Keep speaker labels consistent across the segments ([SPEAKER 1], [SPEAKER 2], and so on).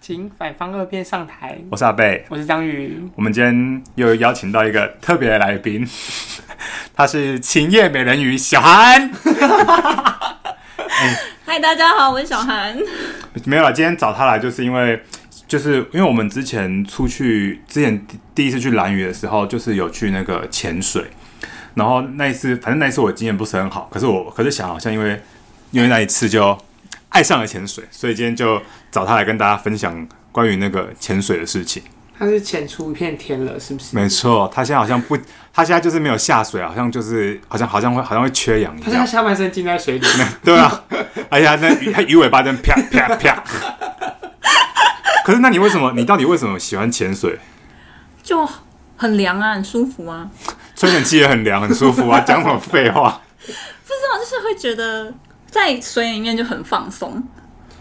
[SPEAKER 1] 请反方二辩上台。
[SPEAKER 2] 我是阿贝，
[SPEAKER 1] 我是张宇，
[SPEAKER 2] 我们今天又邀请到一个特别的来宾， 他是勤业美人鱼小韩。
[SPEAKER 3] 嗨，大家好，我是小韩。
[SPEAKER 2] 没有啦，今天找他来就是因为，就是因为我们之前出去，之前第第一次去蓝屿的时候，就是有去那个潜水，然后那一次，反正那一次我经验不是很好，可是我可是想好像因为因为那一次就爱上了潜水，所以今天就找他来跟大家分享关于那个潜水的事情。
[SPEAKER 1] 他是潜出一片天了，是不是？
[SPEAKER 2] 没错，他现在好像不，他现在就是没有下水，好像就是好像好像会好像会缺氧
[SPEAKER 1] 他
[SPEAKER 2] 一
[SPEAKER 1] 是他
[SPEAKER 2] 样，
[SPEAKER 1] 下半身浸在水里，
[SPEAKER 2] 对啊，而且他那鱼他鱼尾巴在那啪啪啪。 可是，那你为什么？你到底为什么喜欢潜水？
[SPEAKER 3] 就很凉啊，很舒服啊。
[SPEAKER 2] 吹冷气也很凉，很舒服啊！讲什么废话？
[SPEAKER 3] 不知道，就是会觉得在水里面就很放松，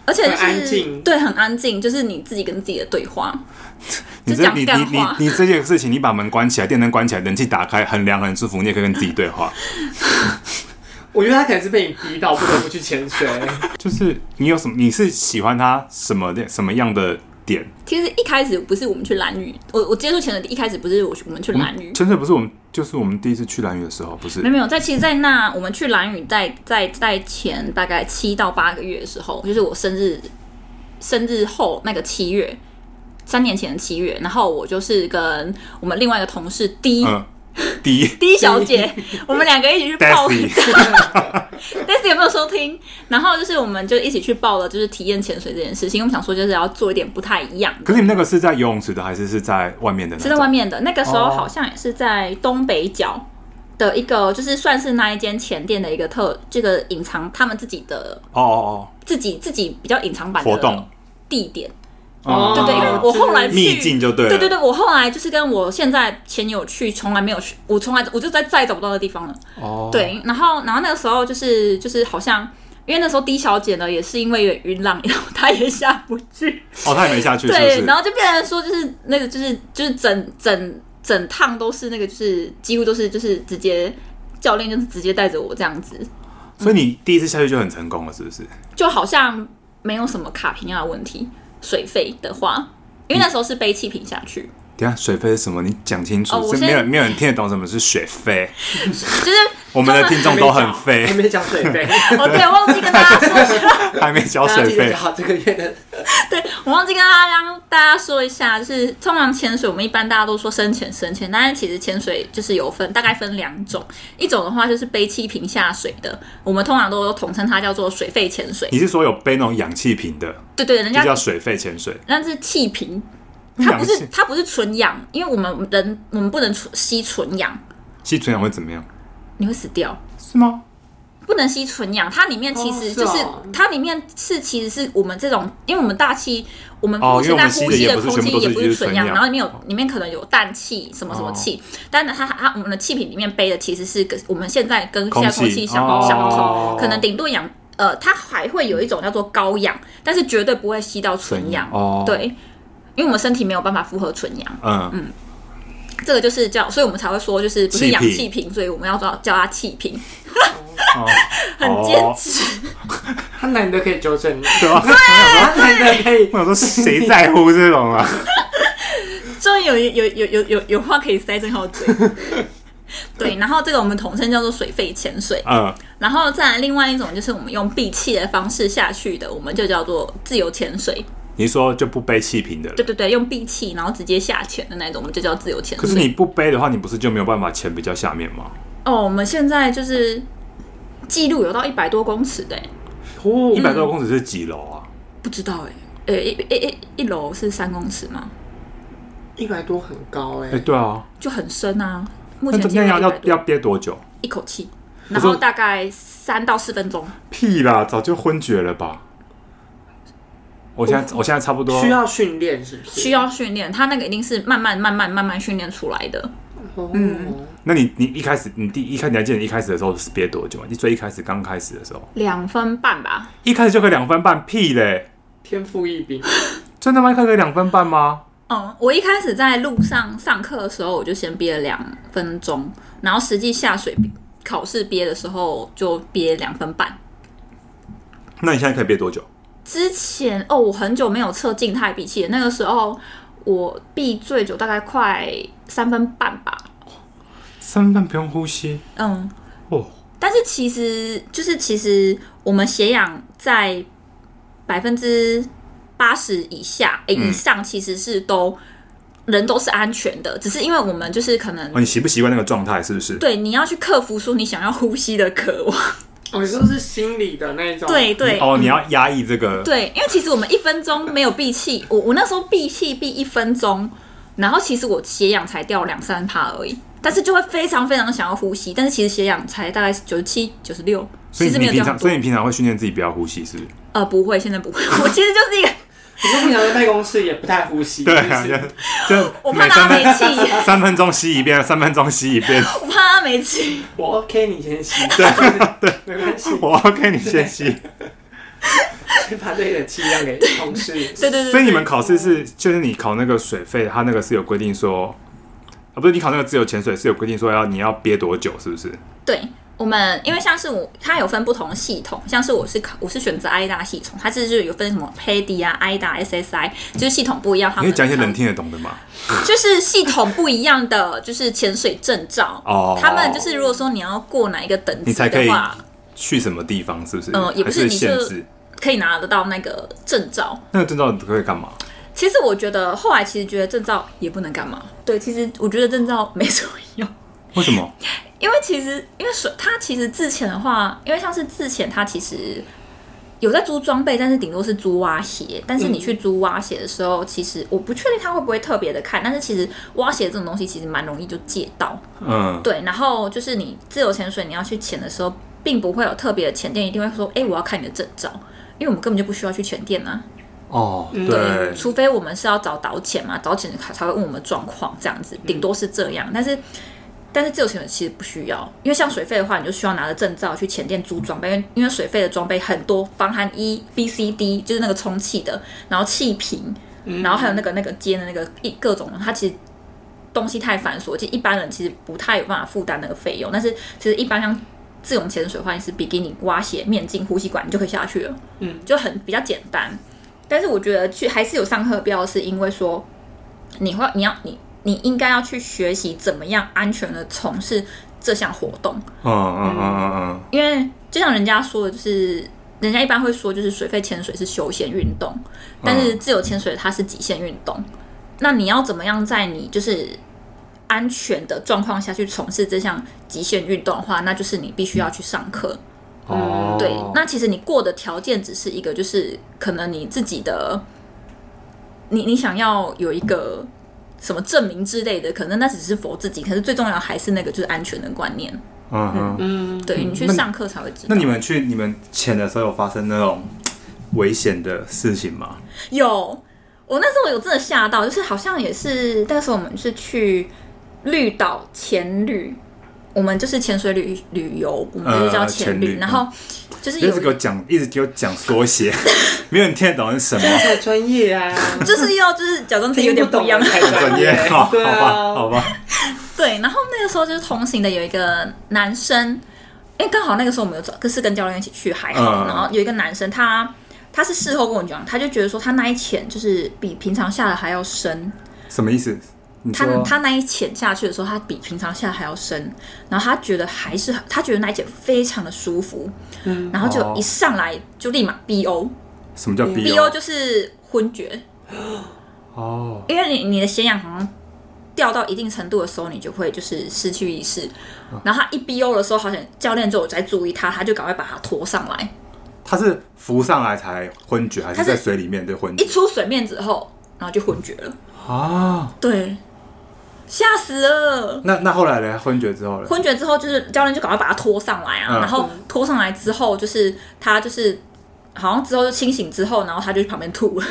[SPEAKER 3] 而且、就是、
[SPEAKER 1] 很安静
[SPEAKER 3] 对，很安静，就是你自己跟自己的对话。
[SPEAKER 2] 你这
[SPEAKER 3] 就讲
[SPEAKER 2] 你你
[SPEAKER 3] 干
[SPEAKER 2] 你
[SPEAKER 3] 话
[SPEAKER 2] 你这件事情，你把门关起来，电灯关起来，冷气打开，很凉很舒服，你也可以跟自己对话。
[SPEAKER 1] 我觉得他可能是被你逼到不得不去潜 水。
[SPEAKER 2] 就是你有什么？你是喜欢它什么的什么样的点？
[SPEAKER 3] 其实一开始不是我们去蓝屿，我我接触潜水一开始不是我去我们去
[SPEAKER 2] 我
[SPEAKER 3] 蓝
[SPEAKER 2] 们
[SPEAKER 3] 屿，
[SPEAKER 2] 潜水不是我们，就是我们第一次去蓝屿的时候，不
[SPEAKER 3] 没
[SPEAKER 2] 是
[SPEAKER 3] 有没有，在其实，在那我们去蓝屿在在在前大概七到八个月的时候，就是我生日生日后那个七月，三年前的七月，然后我就是跟我们另外一个同事 D、
[SPEAKER 2] 嗯，第一
[SPEAKER 3] D 小姐，我们两个一起去报
[SPEAKER 2] Daisy，
[SPEAKER 3] Daisy 有没有收听？然后就是我们就一起去报了，就是体验潜水这件事情。因为我们想说就是要做一点不太一样的。
[SPEAKER 2] 可是你们那个是在游泳池的，还是是在外面的那种？
[SPEAKER 3] 是在外面的。那个时候
[SPEAKER 2] 哦
[SPEAKER 3] 好像也是在东北角的一个，就是算是那一间前店的一个特这个隐藏他们自己的
[SPEAKER 2] 哦哦
[SPEAKER 3] 自己自己比较隐藏
[SPEAKER 2] 哦，
[SPEAKER 3] 版的
[SPEAKER 2] 活动，
[SPEAKER 3] 地点。
[SPEAKER 1] 哦
[SPEAKER 3] 对对，因为我后来去
[SPEAKER 2] 秘境就对了。
[SPEAKER 3] 对对对，我后来就是跟我现在前女友去，从来没有去，我从来我就在再也找不到的地方了。
[SPEAKER 2] 哦，
[SPEAKER 3] 对，然后然后那个时候就是就是好像。因为那时候 D 小姐呢，也是因为云浪， 然后她也下不去，
[SPEAKER 2] 哦，他也没下去，是不
[SPEAKER 3] 对，
[SPEAKER 2] 是
[SPEAKER 3] 然？后就变成说，就是那个，就是就是整整整趟都是那个，就是几乎都是就是直接教练就是直接带着我这样子，
[SPEAKER 2] 所以你第一次下去就很成功了，是不是？
[SPEAKER 3] 就好像没有什么卡瓶啊的问题。水费的话，因为那时候是背气瓶下去，
[SPEAKER 2] 等一下水费是什么？你讲清楚，
[SPEAKER 3] 哦我
[SPEAKER 2] 是
[SPEAKER 3] 先
[SPEAKER 2] 没有没有人听得懂什么是水费。
[SPEAKER 3] 就是
[SPEAKER 2] 我们的听众都很
[SPEAKER 1] 还
[SPEAKER 2] 废，
[SPEAKER 1] 没缴水 费，
[SPEAKER 3] 我对忘记跟大家说，
[SPEAKER 2] 还没交
[SPEAKER 1] 大家
[SPEAKER 2] 水
[SPEAKER 1] 记得
[SPEAKER 2] 费。
[SPEAKER 3] 啊
[SPEAKER 1] 缴这个月的。
[SPEAKER 3] 对 我忘记跟大家让大家说一下，就是通常潜水，我们一般大家都说深潜深潜，但是其实潜水就是有分，大概分两种，一种的话就是背气瓶下水的，我们通常都统称它叫做水肺潜水。
[SPEAKER 2] 你是说有背那种氧气瓶的，
[SPEAKER 3] 对对，人
[SPEAKER 2] 就
[SPEAKER 3] 家
[SPEAKER 2] 叫水费潜水？
[SPEAKER 3] 那是气瓶，它
[SPEAKER 2] 氧
[SPEAKER 3] 不
[SPEAKER 2] 气
[SPEAKER 3] 是它不是纯氧，因为我们人我们不能纯吸纯氧，
[SPEAKER 2] 吸纯氧会怎么样？
[SPEAKER 3] 你会死掉。
[SPEAKER 2] 是吗？
[SPEAKER 3] 不能吸纯氧，它里面其
[SPEAKER 1] 哦
[SPEAKER 3] 实
[SPEAKER 1] 是
[SPEAKER 3] 就是、
[SPEAKER 1] 哦
[SPEAKER 3] 它里面是其实是我们这种，因为我们大气，我们
[SPEAKER 2] 哦因
[SPEAKER 3] 呼吸
[SPEAKER 2] 为我
[SPEAKER 3] 在
[SPEAKER 2] 们吸
[SPEAKER 3] 呼
[SPEAKER 2] 的
[SPEAKER 3] 吸
[SPEAKER 2] 也
[SPEAKER 3] 的
[SPEAKER 2] 不是
[SPEAKER 3] 空
[SPEAKER 2] 全部
[SPEAKER 3] 气
[SPEAKER 2] 都是
[SPEAKER 3] 也不
[SPEAKER 2] 纯
[SPEAKER 3] 是纯
[SPEAKER 2] 氧哦
[SPEAKER 3] 氧，然后里面有里面可能有氮气什么什么气，但是它它我们的气瓶里面背的其实是跟我们现在跟现在
[SPEAKER 2] 空
[SPEAKER 3] 空
[SPEAKER 2] 气
[SPEAKER 3] 气相
[SPEAKER 2] 哦
[SPEAKER 3] 相同，可能顶多氧呃，它还会有一种叫做高氧，但是绝对不会吸到纯
[SPEAKER 2] 纯氧
[SPEAKER 3] 氧，
[SPEAKER 2] 哦
[SPEAKER 3] 对，因为我们身体没有办法负荷纯氧。
[SPEAKER 2] 嗯，
[SPEAKER 3] 这个就是叫，所以我们才会说，就是不是氧
[SPEAKER 2] 气
[SPEAKER 3] 气瓶，所以我们要叫叫它气瓶，
[SPEAKER 2] 哦
[SPEAKER 3] 很坚持。
[SPEAKER 1] 他难得可以纠正你，
[SPEAKER 2] 对吧？
[SPEAKER 1] 他难得可以
[SPEAKER 2] 我。想说谁在乎这种啊？
[SPEAKER 3] 终于有有有有有有话可以塞进我 嘴。对，然后这个我们统称叫做水肺潜水，
[SPEAKER 2] 嗯，
[SPEAKER 3] 然后再来另外一种就是我们用闭气的方式下去的，我们就叫做自由潜水。
[SPEAKER 2] 你说就不背气瓶的了
[SPEAKER 3] 对。对对，用闭气然后直接下潜的那种，我们就叫自由潜
[SPEAKER 2] 可是
[SPEAKER 3] 水。
[SPEAKER 2] 你不背的话，你不是就没有办法潜比较下面吗？
[SPEAKER 3] 哦，我们现在就是记录有到一百多公尺的欸，
[SPEAKER 1] 哦
[SPEAKER 2] 一百多公尺是几楼啊？
[SPEAKER 3] 不知道哎。呃，一一一一楼是三公尺吗？
[SPEAKER 1] 一百多很高哎、
[SPEAKER 2] 哎，对啊，
[SPEAKER 3] 就很深啊。嗯目
[SPEAKER 2] 那
[SPEAKER 3] 前
[SPEAKER 2] 这
[SPEAKER 3] 记录
[SPEAKER 2] 那要
[SPEAKER 3] 100
[SPEAKER 2] 要
[SPEAKER 3] 多
[SPEAKER 2] 要憋多久？
[SPEAKER 3] 一口气，
[SPEAKER 2] 可
[SPEAKER 3] 然
[SPEAKER 2] 是
[SPEAKER 3] 后大概三到四分钟。
[SPEAKER 2] 屁啦，早就昏厥了吧？我现
[SPEAKER 3] 哦
[SPEAKER 2] 在我现在差不多
[SPEAKER 1] 需要训练是不是？
[SPEAKER 3] 需要训练，他那个一定是慢慢、慢慢、慢慢训练出来的。
[SPEAKER 1] 嗯，
[SPEAKER 2] 那你你一开始你第一开你还记得你一开始的时候是憋多久吗？你最一开始刚开始的时候，
[SPEAKER 3] 两分半吧，
[SPEAKER 2] 一开始就可以两分半，屁嘞！
[SPEAKER 1] 天赋异禀，
[SPEAKER 2] 真的吗？一开始可以两分半吗？
[SPEAKER 3] 嗯，我一开始在路上上课的时候，我就先憋了两分钟，然后实际下水考试憋的时候就憋两分半，
[SPEAKER 2] 那你现在可以憋多久？
[SPEAKER 3] 之前哦，我很久没有测静态闭气了，那个时候我闭最久大概快三分半吧，
[SPEAKER 2] 三分不用呼吸
[SPEAKER 3] 嗯，
[SPEAKER 2] 哦，
[SPEAKER 3] 但是其实就是其实我们血氧在百分之八十以下、诶
[SPEAKER 2] 嗯
[SPEAKER 3] 以上，其实是都、人都是安全的，只是因为我们就是可能
[SPEAKER 2] 哦，你习不习惯那个状态是不是？
[SPEAKER 3] 对你要去克服说你想要呼吸的 渴望，
[SPEAKER 1] 哦，你说是心理的那一种，，
[SPEAKER 3] 对对
[SPEAKER 2] 哦，你要压抑这个，
[SPEAKER 3] 对，因为其实我们一分钟没有闭气，我我那时候闭气闭一分钟，然后其实我血氧才掉两三帕而已，但是就会非常非常想要呼吸，但是其实血氧才大概九十七、九十六，
[SPEAKER 2] 所
[SPEAKER 3] 其
[SPEAKER 2] 以
[SPEAKER 3] 实没
[SPEAKER 2] 你
[SPEAKER 3] 有
[SPEAKER 2] 平
[SPEAKER 3] 掉很
[SPEAKER 2] 常，所
[SPEAKER 3] 多
[SPEAKER 2] 以。你平常会训练自己不要呼吸，是不是？
[SPEAKER 3] 呃，不会，现在不会，我其实就是一个，
[SPEAKER 1] 你说平常在办公室也不太呼吸，
[SPEAKER 2] 对
[SPEAKER 1] 是
[SPEAKER 2] 啊
[SPEAKER 1] 不是，
[SPEAKER 2] 就
[SPEAKER 3] 我怕
[SPEAKER 2] 每
[SPEAKER 3] 大家
[SPEAKER 2] 三
[SPEAKER 3] 没
[SPEAKER 2] 分
[SPEAKER 3] 气，
[SPEAKER 2] 三分钟吸一遍，三分钟吸一遍。
[SPEAKER 3] 我怕大家没气。
[SPEAKER 1] 我 OK，你先吸，对对， 没关系，
[SPEAKER 2] 我 OK，你先吸。
[SPEAKER 1] 先把这里的气量给同事。
[SPEAKER 3] 对对对，
[SPEAKER 2] 所以你
[SPEAKER 3] 对
[SPEAKER 2] 们考试是，就是你考那个水费，它那个是有规定说，啊，不是你考那个自由潜水是有规定说要你要憋多久，是不是？
[SPEAKER 3] 对我们，因为像是我，它有分不同的系统，像是我是考我是选择 IDA 系统，它这就是有分什么 PADI 啊、IDA、SSI，就是系统不一样。他
[SPEAKER 2] 你
[SPEAKER 3] 们
[SPEAKER 2] 会讲一些
[SPEAKER 3] 考
[SPEAKER 2] 能听得懂的嘛？
[SPEAKER 3] 就是系统不一样的，就是潜水证照。
[SPEAKER 2] 哦
[SPEAKER 3] 他们就是如果说你要过哪一个等级
[SPEAKER 2] 你才可
[SPEAKER 3] 的
[SPEAKER 2] 以
[SPEAKER 3] 话，
[SPEAKER 2] 去什么地方，是不是？
[SPEAKER 3] 嗯也不是
[SPEAKER 2] 还
[SPEAKER 3] 你
[SPEAKER 2] 是
[SPEAKER 3] 就
[SPEAKER 2] 限制。
[SPEAKER 3] 可以拿得到那个证照。
[SPEAKER 2] 那个证照可以干嘛？
[SPEAKER 3] 其实我觉得后来其实觉得证照也不能干嘛。对，其实我觉得证照没什么 用。
[SPEAKER 2] 为什么？
[SPEAKER 3] 因为其实因为水，它其实自潜的话，因为像是自潜，它其实有在租装备，但是顶多是租蛙鞋。但是你去租蛙鞋的时候，其实我不确定它会不会特别的看，但是其实蛙鞋这种东西其实蛮容易就借到。
[SPEAKER 2] 嗯，
[SPEAKER 3] 对，然后就是你自由潜水，你要去潜的时候，并不会有特别的潜店一定会说，哎、我要看你的证照。因为我们根本就不需要去潜店啊，
[SPEAKER 2] 哦，
[SPEAKER 1] 嗯
[SPEAKER 2] 对，
[SPEAKER 3] 除非我们是要找导潜嘛，导潜才才会问我们状况这样子，顶多是这样。但是但是自由潜水其实不需要，因为像水费的话，你就需要拿着证照去潜店租装备，因为因为水费的装备很多，防寒衣、B、C、D 就是那个充气的，然后气瓶，然后还有那个那个接的那个一各种，它其实东西太繁琐，其实一般人其实不太有办法负担那个费用。但是其实一般像自由潜水的话，你是比基尼、蛙鞋、面镜、呼吸管，你就可以下去了，
[SPEAKER 1] 嗯，
[SPEAKER 3] 就很比较简单。但是我觉得去还是有上课的必要，是因为说你会你要你你应该要去学习怎么样安全的从事这项活动，
[SPEAKER 2] 嗯嗯嗯嗯嗯，
[SPEAKER 3] 因为就像人家说的，就是人家一般会说，就是水肺潜水是休闲运动，但是自由潜水它是极限运动。那你要怎么样在你就是安全的状况下去从事这项极限运动的话，那就是你必须要去上课。
[SPEAKER 2] 哦，
[SPEAKER 3] 对，那其实你过的条件只是一个，就是可能你自己的，你你想要有一个什么证明之类的，可能那只是否自己，可是最重要还是那个就是安全的观念。
[SPEAKER 2] 嗯嗯。
[SPEAKER 1] 嗯，
[SPEAKER 3] 对你去
[SPEAKER 2] 那你
[SPEAKER 3] 上课才会知道
[SPEAKER 2] 那。你们去你们潜的时候有发生那种危险的事情吗？
[SPEAKER 3] 有，我那时候有真的吓到，就是好像也是那时候我们是去绿岛潜旅，我们就是潜水旅旅游，我们就是叫
[SPEAKER 2] 呃
[SPEAKER 3] 潜
[SPEAKER 2] 潜
[SPEAKER 3] 旅，
[SPEAKER 2] 旅嗯
[SPEAKER 3] 然后就是
[SPEAKER 2] 一直给
[SPEAKER 3] 有
[SPEAKER 2] 我讲，一直给我讲缩写， 没有人听得懂是什么。
[SPEAKER 1] 太专业啊，
[SPEAKER 3] 就是要就是假装自己有
[SPEAKER 1] 听
[SPEAKER 3] 点
[SPEAKER 1] 不
[SPEAKER 3] 不
[SPEAKER 1] 懂
[SPEAKER 3] 一样，
[SPEAKER 1] 才
[SPEAKER 2] 专
[SPEAKER 1] 专
[SPEAKER 2] 业
[SPEAKER 1] 业，
[SPEAKER 2] 好， 好
[SPEAKER 1] 对
[SPEAKER 2] 吧，好
[SPEAKER 1] 啊，
[SPEAKER 2] 吧。
[SPEAKER 3] 对，然后那个时候就是同行的有一个男生，因为刚好那个时候我们有找，是跟教练一起去，还好。
[SPEAKER 2] 嗯
[SPEAKER 3] 然后有一个男生，他他是事后跟我讲，他就觉得说他那一潜就是比平常下的还要深，
[SPEAKER 2] 什么意思？你
[SPEAKER 3] 他
[SPEAKER 2] 说
[SPEAKER 3] 他那一潜下去的时候，他比平常下的还要深，然后他觉得还是他觉得那一潜非常的舒服，
[SPEAKER 1] 嗯
[SPEAKER 3] 然后就
[SPEAKER 2] 哦
[SPEAKER 3] 一上来就立马 BO，BO、
[SPEAKER 2] 什么叫
[SPEAKER 1] BO
[SPEAKER 2] BO？
[SPEAKER 3] 就是昏厥，
[SPEAKER 2] 哦，
[SPEAKER 3] 因为你你的血氧好像掉到一定程度的时候，你就会就是失去意识。然后他一 BO 的时候，好像教练就有在注意他，他就赶快把他拖上来。
[SPEAKER 2] 他是浮上来才昏厥，还
[SPEAKER 3] 他
[SPEAKER 2] 是
[SPEAKER 3] 是
[SPEAKER 2] 在水里面就昏
[SPEAKER 3] 一
[SPEAKER 2] 厥
[SPEAKER 3] 出水面之后，然后就昏厥了。
[SPEAKER 2] 啊？
[SPEAKER 3] 对，吓死了。
[SPEAKER 2] 那那后来呢？昏厥之后呢？
[SPEAKER 3] 昏厥之后，就是教练就赶快把他拖上来啊，
[SPEAKER 2] 嗯
[SPEAKER 3] 然后拖上来之后，就是他就是好像之后就清醒之后，然后他就去旁边吐了。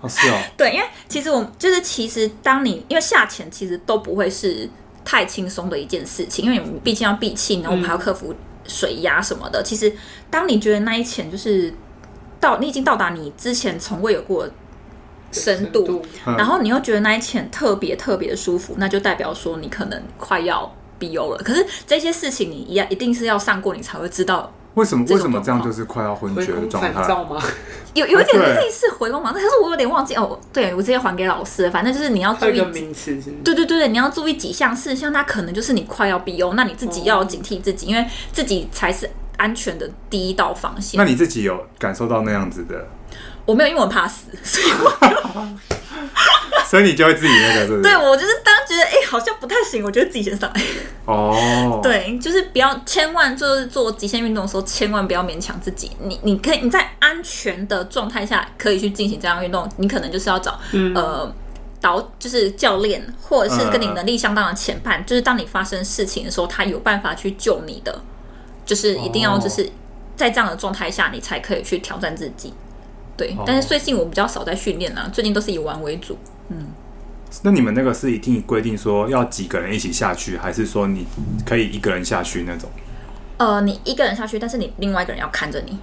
[SPEAKER 2] 哦，是哦，
[SPEAKER 3] 对，因为其实我们就是其实当你因为下潜其实都不会是太轻松的一件事情，因为我们毕竟要闭气，然后我们
[SPEAKER 1] 嗯
[SPEAKER 3] 还要克服水压什么的。其实当你觉得那一潜就是到你已经到达你之前从未有过的深度，
[SPEAKER 2] 嗯
[SPEAKER 3] 然后你又觉得那一潜特别特别舒服，那就代表说你可能快要 BO 了。可是这些事情你一样一定是要上过，你才会知道
[SPEAKER 2] 为什么
[SPEAKER 3] 这
[SPEAKER 2] 为
[SPEAKER 3] 种
[SPEAKER 2] 什么这样
[SPEAKER 3] 状
[SPEAKER 2] 就
[SPEAKER 3] 况
[SPEAKER 2] 是快要昏
[SPEAKER 1] 回
[SPEAKER 2] 厥的
[SPEAKER 1] 光
[SPEAKER 2] 状
[SPEAKER 1] 返
[SPEAKER 2] 态？
[SPEAKER 1] 照吗？
[SPEAKER 3] 有有一点
[SPEAKER 2] 对
[SPEAKER 3] 类似回光返照，但是我有点忘记哦。对，我直接还给老师了，反正就是你要
[SPEAKER 1] 它
[SPEAKER 3] 注
[SPEAKER 1] 有一
[SPEAKER 3] 意
[SPEAKER 1] 个名词是不是
[SPEAKER 3] 对对对对，你要注意几项事项，那可能就是你快要 BO，那你自己要警惕自己，因为自己才是安全的第一道防线
[SPEAKER 2] 那。你自己有感受到那样子的，
[SPEAKER 3] 我没有，因为我很怕死，所以我
[SPEAKER 2] 所以你就会自己那个，对不
[SPEAKER 3] 对我就是当觉得哎、好像不太行，我觉得自己先上来。
[SPEAKER 2] 哦，，
[SPEAKER 3] 对，就是不要，千万就是做极限运动的时候，千万不要勉强自己。你你可以你在安全的状态下可以去进行这样的运动，你可能就是要找、
[SPEAKER 1] 嗯
[SPEAKER 3] 呃导就是教练，或者是跟你
[SPEAKER 2] 嗯嗯嗯
[SPEAKER 3] 能力相当的前伴，就是当你发生事情的时候，他有办法去救你的。就是一定要
[SPEAKER 2] 哦
[SPEAKER 3] 就是在这样的状态下，你才可以去挑战自己。对，
[SPEAKER 2] 哦
[SPEAKER 3] 但是最近我比较少在训练啦，最近都是以玩为主。
[SPEAKER 2] 那你们那个是一定规定说要几个人一起下去，还是说你可以一个人下去那种？
[SPEAKER 3] 呃，你一个人下去，但是你另外一个人要看着你，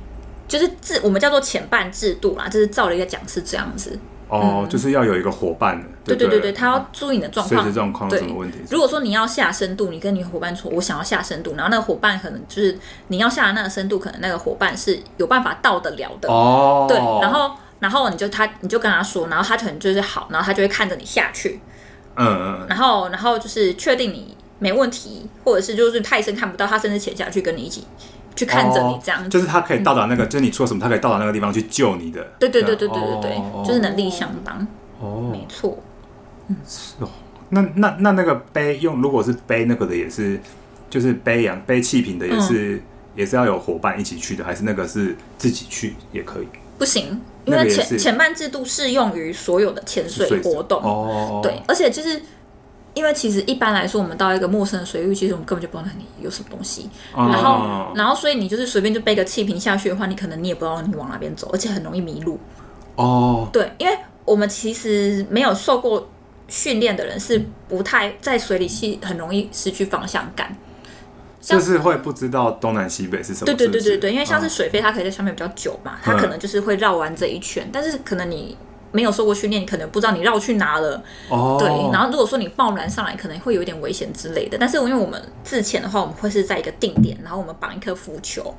[SPEAKER 3] 就是制我们叫做前半制度啦，就是照理来讲是这样子。
[SPEAKER 2] 哦，就是要有一个伙伴的，
[SPEAKER 3] 对
[SPEAKER 2] 对哦
[SPEAKER 3] 对
[SPEAKER 2] 不
[SPEAKER 3] 对对，他要注意你的状
[SPEAKER 2] 随
[SPEAKER 3] 况。
[SPEAKER 2] 时状况有
[SPEAKER 3] 对
[SPEAKER 2] 什么问题？
[SPEAKER 3] 如果说你要下深度，你跟你伙伴说我想要下深度，然后那个伙伴可能就是你要下的那个深度，可能那个伙伴是有办法到得了的。
[SPEAKER 2] 哦，
[SPEAKER 3] 对，然后然后你就他你就跟他说，然后他可能就是好，然后他就会看着你下去，
[SPEAKER 2] 嗯嗯嗯，
[SPEAKER 3] 然后然后就是确定你没问题，或者是就是太深看不到，他甚至潜下去跟你一起去看着你
[SPEAKER 2] 哦
[SPEAKER 3] 这样子。嗯
[SPEAKER 2] 就是他可以到达那个，就是你出了什么，他可以到达那个地方去救你的。
[SPEAKER 3] 对对对
[SPEAKER 2] 这
[SPEAKER 3] 对
[SPEAKER 2] 样
[SPEAKER 3] 对对对，
[SPEAKER 2] 哦
[SPEAKER 3] 就是能力相当，
[SPEAKER 2] 哦
[SPEAKER 3] 没错。
[SPEAKER 2] 那那那那个背用，如果是背那个的，也是就是背氧背气瓶的，也是、
[SPEAKER 3] 嗯
[SPEAKER 2] 也是要有伙伴一起去的，还是那个是自己去也可以？
[SPEAKER 3] 不行，因
[SPEAKER 2] 那个
[SPEAKER 3] 为
[SPEAKER 2] 也
[SPEAKER 3] 前
[SPEAKER 2] 是
[SPEAKER 3] 前半制度适用于所有的潜
[SPEAKER 2] 所
[SPEAKER 3] 水
[SPEAKER 2] 以
[SPEAKER 3] 活动，
[SPEAKER 2] 哦，
[SPEAKER 3] 对，，而且就是。因为其实一般来说，我们到一个陌生的水域，其实我们根本就不知道那里有什么东西。
[SPEAKER 2] 哦
[SPEAKER 3] 然后，然后，所以你就是随便就背个气瓶下去的话，你可能你也不知道你往哪边走，而且很容易迷路。
[SPEAKER 2] 哦，
[SPEAKER 3] 对，因为我们其实没有受过训练的人是不太在水里是很容易失去方向感。像
[SPEAKER 2] 就是会不知道东南西北是什么，
[SPEAKER 3] 对对对
[SPEAKER 2] 是不
[SPEAKER 3] 对
[SPEAKER 2] 是嗯
[SPEAKER 3] 对，因为像是水飞，它可以在上面比较久嘛，它可能就是会绕完这一圈，但是可能你没有受过训练，你可能不知道你绕去哪了。
[SPEAKER 2] 哦，
[SPEAKER 3] 对，然后如果说你贸然上来，可能会有点危险之类的。但是因为我们自潜的话，我们会是在一个定点，然后我们绑一颗浮球，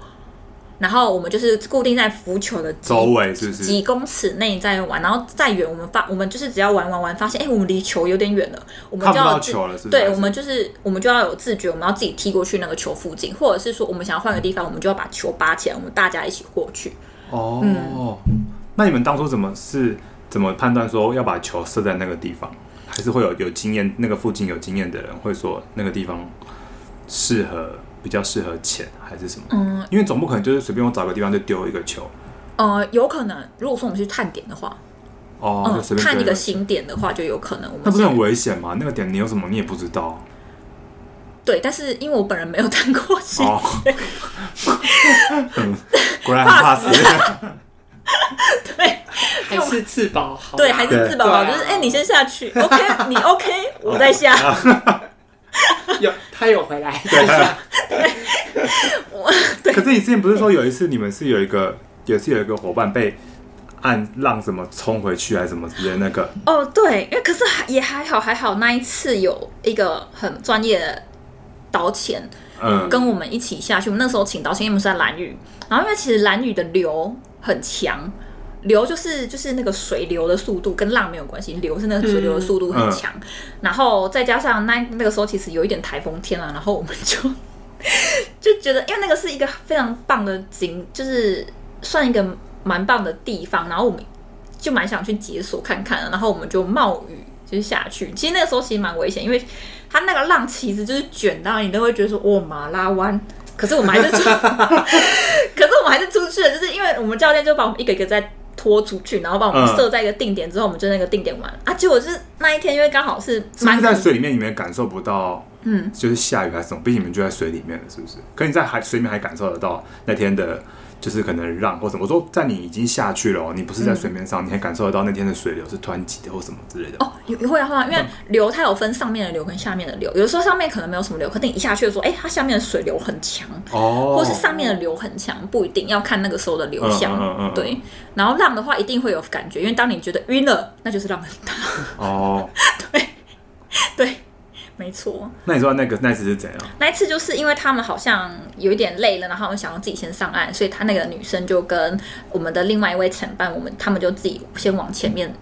[SPEAKER 3] 然后我们就是固定在浮球的几
[SPEAKER 2] 周围是不是
[SPEAKER 3] 几公尺内在玩，然后再远我们发，我们就是只要玩玩玩，发现哎、诶我们离球有点远了，我们
[SPEAKER 2] 看
[SPEAKER 3] 就
[SPEAKER 2] 不
[SPEAKER 3] 要
[SPEAKER 2] 到
[SPEAKER 3] 有自
[SPEAKER 2] 球了是不是还
[SPEAKER 3] 对，
[SPEAKER 2] 是
[SPEAKER 3] 我们就是我们就要有自觉，我们要自己踢过去那个球附近，或者是说我们想要换个地方，我们就要把球拔起来，我们大家一起过去。
[SPEAKER 2] 哦，
[SPEAKER 3] 嗯
[SPEAKER 2] 那你们当初怎么是怎么判断说要把球射在那个地方？还是会有有经验，那个附近有经验的人会说那个地方适合比较适合潜还是什么？
[SPEAKER 3] 嗯，
[SPEAKER 2] 因为总不可能就是随便我找个地方就丢一个球
[SPEAKER 3] 呃，有可能如果说我们去探点的话，
[SPEAKER 2] 哦，
[SPEAKER 3] 嗯
[SPEAKER 2] 就，随便
[SPEAKER 3] 探
[SPEAKER 2] 丢
[SPEAKER 3] 一个
[SPEAKER 2] 个。
[SPEAKER 3] 新点的话，就有可能我
[SPEAKER 2] 那
[SPEAKER 3] 们
[SPEAKER 2] 不是很
[SPEAKER 3] 先
[SPEAKER 2] 危险吗？那个点你有什么你也不知道
[SPEAKER 3] 对，但是因为我本人没有探过新，
[SPEAKER 2] 哦，嗯果然很怕死。
[SPEAKER 3] 对
[SPEAKER 1] 还是自保好啊？
[SPEAKER 3] 对，还是自保吧，
[SPEAKER 1] 对啊
[SPEAKER 3] 就是哎、诶你先下去，OK，你 OK，我再下。
[SPEAKER 1] 哦有他有回 来，
[SPEAKER 2] 可是你之前不是说有一次你们是有一个，也是有一个伙伴被按浪什么冲回去还是什么之类的那个？
[SPEAKER 3] 哦，对，因为可是还也还好，还好那一次有一个很专业的导潜
[SPEAKER 2] 嗯，
[SPEAKER 3] 跟我们一起下去。我们那时候请导潜，因为我们是在蓝屿，然后因为其实蓝屿的流很强，流就是就是那个水流的速度跟浪没有关系，流是那个水流的速度很强。然后再加上那那个时候其实有一点台风天了、啊然后我们就 就觉得，因为那个是一个非常棒的景，就是算一个蛮棒的地方，然后我们就蛮想去解锁看看的，然后我们就冒雨。就是下去，其实那个时候其实蛮危险，因为它那个浪其实就是卷到你，都会觉得说哇马拉湾，可是我们还是出， 可是我们还是出去了，就是因为我们教练就把我们一个一个在拖出去，然后把我们
[SPEAKER 2] 嗯
[SPEAKER 3] 设在一个定点之后，我们就那个定点玩啊。结果是那一天，因为刚好是
[SPEAKER 2] 是不
[SPEAKER 3] 蛮
[SPEAKER 2] 是在水里面你们也感受不到？
[SPEAKER 3] 嗯，
[SPEAKER 2] 就是下雨还是什么？毕竟你们就在水里面了，是不是？可你在海水里面还感受得到那天的，就是可能浪或什么。我说在你已经下去了哦、你不是在水面上，你还感受得到那天的水流是湍急的或什么之类的。
[SPEAKER 3] 哦，有会啊会啊，因为流它有分上面的流跟下面的流，有的时候上面可能没有什么流，可是你一下去就说，哎、它下面的水流很强，
[SPEAKER 2] 哦，
[SPEAKER 3] 或是上面的流很强，不一定要看那个时候的流向。
[SPEAKER 2] 嗯嗯嗯嗯嗯
[SPEAKER 3] 对，然后浪的话一定会有感觉，因为当你觉得晕了，那就是浪很大。
[SPEAKER 2] 哦，
[SPEAKER 3] 对，没错。
[SPEAKER 2] 那你知道那个那次是怎样？
[SPEAKER 3] 那一次就是因为他们好像有一点累了，然后我们想要自己先上岸，所以他那个女生就跟我们的另外一位承办，我们他们就自己先往前面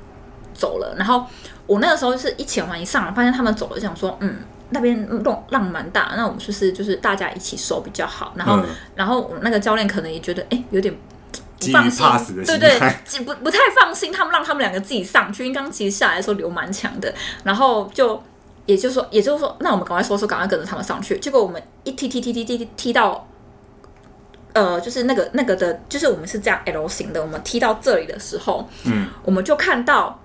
[SPEAKER 3] 走了。然后我那个时候就是一潜完一上来，发现他们走了，就想说，嗯，那边浪浪蛮大，那我们就是就是大家一起守比较好。然后、
[SPEAKER 2] 嗯
[SPEAKER 3] 然后我那个教练可能也觉得，哎，有点。不
[SPEAKER 2] 基于
[SPEAKER 3] 放心
[SPEAKER 2] 怕死的，心
[SPEAKER 3] 对对
[SPEAKER 2] 态，
[SPEAKER 3] 几不不太放心，他们让他们两个自己上去。因为刚其实下来的时候流蛮强的，然后就也就是说，也就是说，那我们赶快收手，赶快跟着他们上去。结果我们一踢踢踢踢踢踢踢到，呃，就是那个那个的，就是我们是这样 L 型的，我们踢到这里的时候，
[SPEAKER 2] 嗯，
[SPEAKER 3] 我们就看到，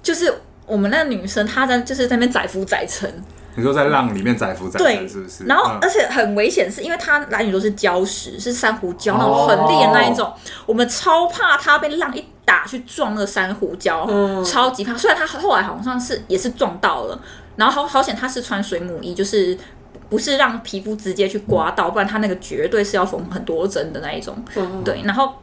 [SPEAKER 3] 就是我们那个女生她在就是在那边载浮载沉，
[SPEAKER 2] 你说在浪里面载浮载
[SPEAKER 3] 对
[SPEAKER 2] 沉是不是？
[SPEAKER 3] 然后
[SPEAKER 2] 嗯，
[SPEAKER 3] 而且很危险，是因为它蓝屿都是礁石，是珊瑚礁那种很烈的那一种，
[SPEAKER 1] 哦
[SPEAKER 3] 我们超怕它被浪一打去撞那个珊瑚礁，
[SPEAKER 1] 嗯
[SPEAKER 3] 超级怕。虽然它后来好像是也是撞到了，然后好好险它是穿水母衣，就是。不是让皮肤直接去刮到，不然它那个绝对是要缝很多针的那一种。
[SPEAKER 1] 嗯
[SPEAKER 3] 对，然后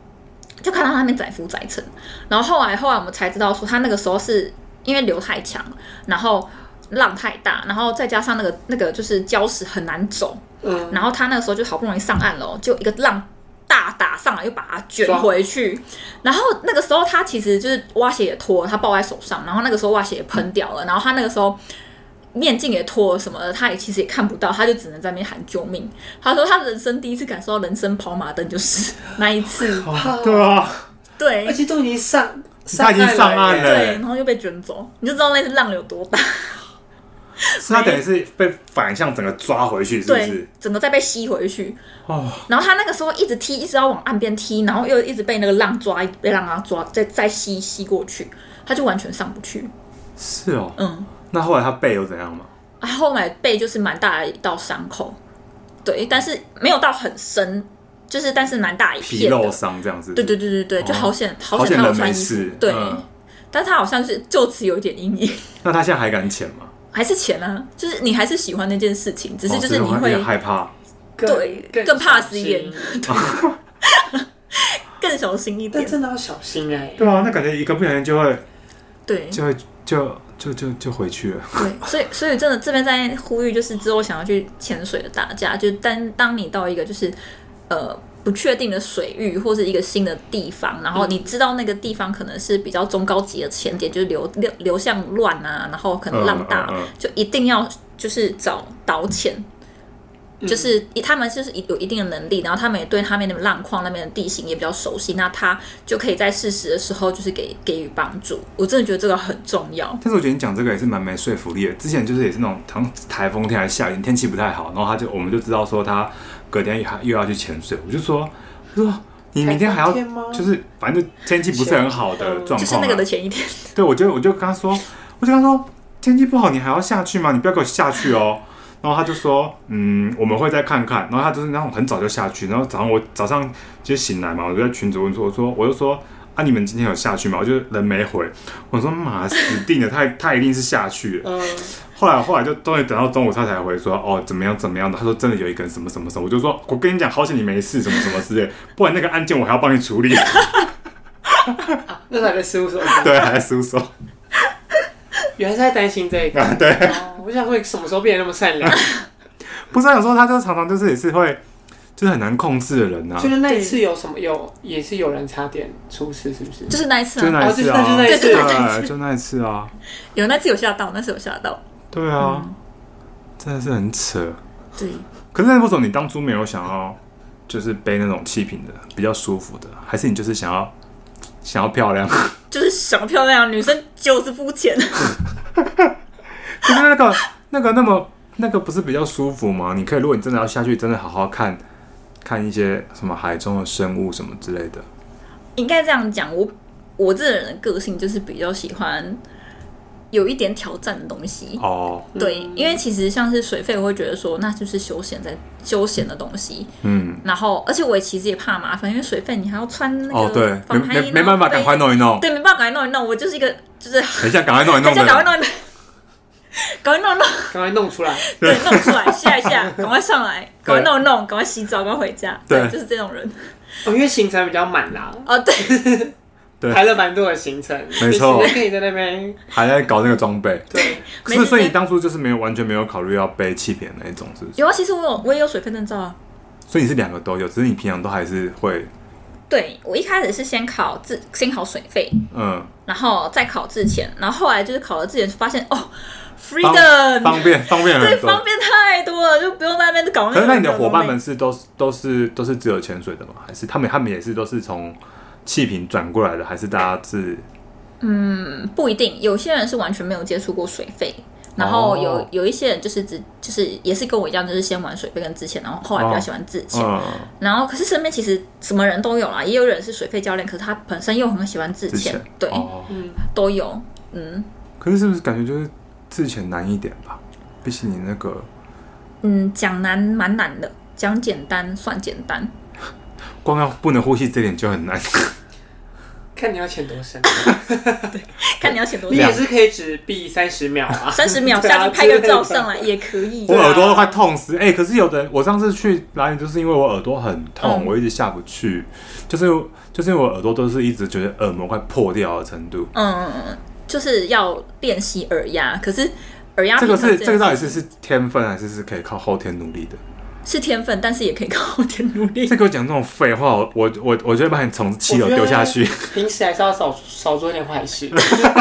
[SPEAKER 3] 就看到他那边载浮载沉，然后后来后来我们才知道说他那个时候是因为流太强，然后浪太大，然后再加上那个那个就是礁石很难走，
[SPEAKER 1] 嗯，
[SPEAKER 3] 然后他那个时候就好不容易上岸了，哦就一个浪。大打上来又把他卷回去，然后那个时候他其实就是蛙鞋也脱了，他抱在手上，然后那个时候蛙鞋也喷掉了，然后他那个时候面镜也脱了什么的，他也其实也看不到，他就只能在那边喊救命。他说他人生第一次感受到人生跑马灯，就是那一次，
[SPEAKER 2] 哇对啊，
[SPEAKER 3] 对
[SPEAKER 1] 而且都已经上，
[SPEAKER 2] 他已经上岸了
[SPEAKER 3] 对，然后又被卷走，你就知道那次浪有多大，
[SPEAKER 2] 是他等于是被反向整个抓回去，是不
[SPEAKER 3] 对
[SPEAKER 2] 是？，
[SPEAKER 3] 整个再被吸回去，
[SPEAKER 2] 哦，
[SPEAKER 3] 然后他那个时候一直踢，一直要往岸边踢，然后又一直被那个浪抓，被浪啊抓，再再吸吸过去，他就完全上不去。
[SPEAKER 2] 是哦。
[SPEAKER 3] 嗯，
[SPEAKER 2] 那后来他背又怎样嘛？
[SPEAKER 3] 啊，后来背就是蛮大的一道伤口，对，但是没有到很深，就是但是蛮大一
[SPEAKER 2] 皮
[SPEAKER 3] 片
[SPEAKER 2] 肉
[SPEAKER 3] 的。
[SPEAKER 2] 伤这样子。
[SPEAKER 3] 对对对对对，就
[SPEAKER 2] 哦
[SPEAKER 3] 好险、好
[SPEAKER 2] 好
[SPEAKER 3] 险
[SPEAKER 2] 险
[SPEAKER 3] 他有
[SPEAKER 2] 人
[SPEAKER 3] 穿
[SPEAKER 2] 没
[SPEAKER 3] 衣服
[SPEAKER 2] 事，
[SPEAKER 3] 对，
[SPEAKER 2] 嗯
[SPEAKER 3] 但是他好像是就此有一点阴影，
[SPEAKER 2] 那他现在还敢潜吗？
[SPEAKER 3] 还是钱啊，就是你还是喜欢那件事情，只是
[SPEAKER 2] 哦
[SPEAKER 3] 就是你
[SPEAKER 2] 我有
[SPEAKER 3] 会
[SPEAKER 2] 点害怕。
[SPEAKER 3] 对
[SPEAKER 1] 更
[SPEAKER 3] 更怕死一
[SPEAKER 1] 小
[SPEAKER 3] 点
[SPEAKER 1] 心，
[SPEAKER 3] 更小心一
[SPEAKER 1] 但
[SPEAKER 3] 点，
[SPEAKER 1] 真的要小心哎、
[SPEAKER 2] 对啊，那感觉一个不小心就会
[SPEAKER 3] 对。
[SPEAKER 2] 就会就就就就回去了。
[SPEAKER 3] 对，所以所以真的这边在呼吁，就是之后想要去潜水的大家，就当当你到一个就是呃不确定的水域或是一个新的地方，然
[SPEAKER 2] 嗯
[SPEAKER 3] 后你知道那个地方可能是比较中高级的潜点，就是流流流向乱啊，然后可能浪大，
[SPEAKER 2] 嗯嗯嗯
[SPEAKER 3] 就一定要就是找导潜。
[SPEAKER 2] 嗯
[SPEAKER 3] 就是以他们就是有一定的能力，然后他们也对他们那边浪况、那边的地形也比较熟悉，那他就可以在适时的时候就是给给予帮助。我真的觉得这个很重要。
[SPEAKER 2] 但是我觉得你讲这个也是蛮没说服力的。之前就是也是那种好像台风天还是下雨，天气不太好，然后他就我们就知道说他隔天还又要去潜水，我就说我说你明天还要
[SPEAKER 1] 台风天吗
[SPEAKER 2] 就是反正就天气不是很好的
[SPEAKER 1] 嗯
[SPEAKER 2] 状况、啊，
[SPEAKER 3] 就是那个的前一天，
[SPEAKER 2] 对，我就我就跟他说，我就跟他说，天气不好，你还要下去吗？你不要给我下去哦。然后他就说，嗯，我们会再看看。然后他就是那种很早就下去，然后早上我早上就醒来嘛，我就在群主问说，我说我就说啊，你们今天有下去吗？我就人没回，我说妈死定了，他他一定是下去了。
[SPEAKER 1] 嗯，
[SPEAKER 2] 后来后来就终于等到中午，他才回说，哦，怎么样怎么样的。他说真的有一个人什么什么什么，我就说我跟你讲，好险你没事，什么什么之类，不然那个案件我还要帮你处理。
[SPEAKER 1] 那时候还在事务所，
[SPEAKER 2] 对，还是叔叔，
[SPEAKER 1] 原来是在担心这个。
[SPEAKER 2] 对。
[SPEAKER 1] 哦我想说，什么时候变得那么善良？
[SPEAKER 2] 不是、啊、有时候他就常常就是也是会，就是很难控制的人呐、啊
[SPEAKER 1] 就。是那一次有什么有，也是有人差点出事，是不是？
[SPEAKER 3] 就是那一次、啊，
[SPEAKER 2] 就那一次啊，
[SPEAKER 1] 哦就是
[SPEAKER 3] 那一次
[SPEAKER 2] 对，就那一次啊，
[SPEAKER 3] 有那次有吓到，那次有吓到。
[SPEAKER 2] 对啊，真的是很扯。
[SPEAKER 3] 对，
[SPEAKER 2] 可是那为什么你当初没有想要就是背那种气瓶的，比较舒服的，还是你就是想要想要漂亮？就
[SPEAKER 3] 就是小漂亮女生就是肤浅，
[SPEAKER 2] 是那个那个那么那个不是比较舒服吗？你可以，如果你真的要下去，真的好好看看一些什么海中的生物什么之类的。
[SPEAKER 3] 应该这样讲。我我这人的个性就是比较喜欢有一点挑战的东西。
[SPEAKER 2] 哦，
[SPEAKER 3] 对，因为其实像是水费，我会觉得说那就是休闲在休闲的东西。
[SPEAKER 2] 嗯，
[SPEAKER 3] 然后，而且我也其实也怕麻烦，因为水费你还要穿那
[SPEAKER 2] 哦，对
[SPEAKER 3] 个，
[SPEAKER 2] 没
[SPEAKER 3] 防寒衣，
[SPEAKER 2] 没没办法，
[SPEAKER 3] 然
[SPEAKER 2] 赶
[SPEAKER 3] 后
[SPEAKER 2] 快
[SPEAKER 3] 背，
[SPEAKER 2] 弄一弄，
[SPEAKER 3] 对，没办法赶快弄一弄。我就是一个就是
[SPEAKER 2] 等一下赶快弄一
[SPEAKER 3] 大
[SPEAKER 2] 弄
[SPEAKER 3] 家
[SPEAKER 2] 的
[SPEAKER 3] 赶快
[SPEAKER 2] 人。
[SPEAKER 3] 弄一弄， 赶快弄一弄。
[SPEAKER 1] 赶快弄出来，
[SPEAKER 3] 对，弄出来下一 下，赶快上来，赶快弄一弄，赶快洗澡，赶快回家。
[SPEAKER 2] 对
[SPEAKER 3] 就是这种人。
[SPEAKER 1] 哦，因为行程比较满啦，
[SPEAKER 3] 哦，对，
[SPEAKER 2] 对
[SPEAKER 1] 排了蛮多的行程，
[SPEAKER 2] 没错
[SPEAKER 1] 你是可以在那边
[SPEAKER 2] 还在搞那个装备。
[SPEAKER 1] 对，
[SPEAKER 2] 可
[SPEAKER 3] 没
[SPEAKER 2] 是，
[SPEAKER 3] 事
[SPEAKER 2] 所以你当初就是没有完全没有考虑要背气瓶那一种，是不是？
[SPEAKER 3] 有啊，其实我有我也有水费证照啊。
[SPEAKER 2] 所以你是两个都有，只是你平常都还是会，
[SPEAKER 3] 对我一开始是先考自先考水费，
[SPEAKER 2] 嗯，
[SPEAKER 3] 然后再考自潜，然后后来就是考了自潜，发现哦
[SPEAKER 2] 方
[SPEAKER 3] ，freedom
[SPEAKER 2] 方便方便
[SPEAKER 3] 对
[SPEAKER 2] 很多。
[SPEAKER 3] 方便太多了，就不用在那边搞
[SPEAKER 2] 可
[SPEAKER 3] 那个。
[SPEAKER 2] 是那你的伙伴们是都是都是都是只有潜水的吗？还是他们他们也是都是从气瓶转过来的？还是大家是
[SPEAKER 3] 不一定，有些人是完全没有接触过水费，然后有、
[SPEAKER 2] 哦
[SPEAKER 3] 有一些人就是只就是也是跟我一样，就是先玩水费跟自潜，然后后来比较喜欢自潜。
[SPEAKER 2] 嗯
[SPEAKER 3] 然后可是身边其实什么人都有啦，也有人是水费教练，可是他本身又很喜欢自
[SPEAKER 2] 自
[SPEAKER 3] 潜
[SPEAKER 2] 潜，？
[SPEAKER 3] 对，
[SPEAKER 2] 哦
[SPEAKER 1] 嗯，
[SPEAKER 3] 都有。嗯
[SPEAKER 2] 可是是不是感觉就是自潜难一点吧？比起你那个，
[SPEAKER 3] 嗯，讲难蛮难的，讲简单算简单。
[SPEAKER 2] 光要不能呼吸这点就很难。
[SPEAKER 1] 看你要潜多深，
[SPEAKER 3] 看你要潜多
[SPEAKER 1] 你
[SPEAKER 3] 久
[SPEAKER 1] 也，是可以只闭三十秒啊，
[SPEAKER 3] 三十秒
[SPEAKER 1] 对啊
[SPEAKER 3] 下去拍个照
[SPEAKER 1] 之类的
[SPEAKER 3] 上来也可以
[SPEAKER 2] 我。
[SPEAKER 1] 啊
[SPEAKER 2] 耳朵都快痛死！哎、可是有的人，我上次去哪里，就是因为我耳朵很痛，
[SPEAKER 3] 嗯
[SPEAKER 2] 我一直下不去，就是就是因为我耳朵都是一直觉得耳膜快破掉的程度。
[SPEAKER 3] 嗯，就是要练习耳压，可是耳压
[SPEAKER 2] 这个
[SPEAKER 3] 平衡
[SPEAKER 2] 是这个到底
[SPEAKER 3] 件
[SPEAKER 2] 是
[SPEAKER 3] 事
[SPEAKER 2] 是天分还是是可以靠后天努力的？
[SPEAKER 3] 是天分，但是也可以靠天 努力。
[SPEAKER 2] 再给我讲这种废话，我我我我就会把你从七楼丢下去。
[SPEAKER 1] 平时还是要少少做一点坏事，
[SPEAKER 3] 这样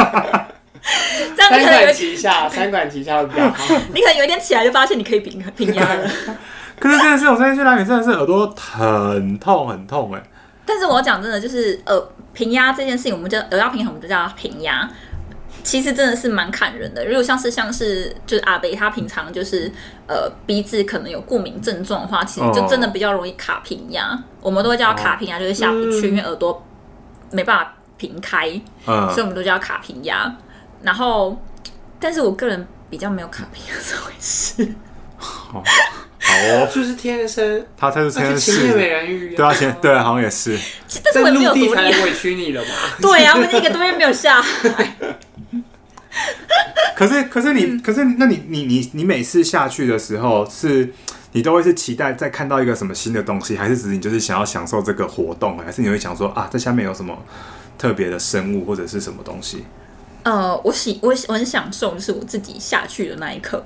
[SPEAKER 1] 三
[SPEAKER 3] 你可能有
[SPEAKER 1] 管
[SPEAKER 3] 一
[SPEAKER 1] 齐下，三管齐下会比较好。
[SPEAKER 3] 你可能有一天起来就发现你可以平衡平压了。
[SPEAKER 2] 可是真的是我上次去南美，真的是耳朵很痛很痛哎、
[SPEAKER 3] 但是我讲真的，就是呃，平压这件事情，我们就呃耳要平衡，我们就叫它平压。其实真的是蛮砍人的。如果像是像是就是阿北他平常就是呃鼻子可能有过敏症状的话，其实就真的比较容易卡平压。我们都会叫它
[SPEAKER 1] 哦
[SPEAKER 3] 卡平压，就是下不去，
[SPEAKER 1] 嗯
[SPEAKER 3] 因为耳朵没办法平开，所以我
[SPEAKER 2] 嗯，
[SPEAKER 3] 们都叫它卡平压。然后，但是我个人比较没有卡平压这回事。
[SPEAKER 2] 好，好哦，
[SPEAKER 1] 就是天生，
[SPEAKER 2] 他他是
[SPEAKER 1] 那
[SPEAKER 2] 真
[SPEAKER 1] 就情
[SPEAKER 2] 是
[SPEAKER 1] 业美人鱼，
[SPEAKER 2] 对啊，前对好像也是，
[SPEAKER 3] 其但
[SPEAKER 1] 在
[SPEAKER 3] 是我也没有
[SPEAKER 1] 陆
[SPEAKER 3] 独
[SPEAKER 1] 地
[SPEAKER 3] 立
[SPEAKER 1] 才
[SPEAKER 3] 啊。
[SPEAKER 1] 委屈你了嘛。
[SPEAKER 3] 对呀、啊，我们一个多月没有下海。
[SPEAKER 2] 可是可是
[SPEAKER 3] 嗯
[SPEAKER 2] 你、可是那你你你你每次下去的时候是。你都会是期待再看到一个什么新的东西，还是只是你就是想要享受这个活动，还是你会想说啊，这下面有什么特别的生物或者是什么东西？
[SPEAKER 3] 呃，我喜我喜我很享受，就是我自己下去的那一刻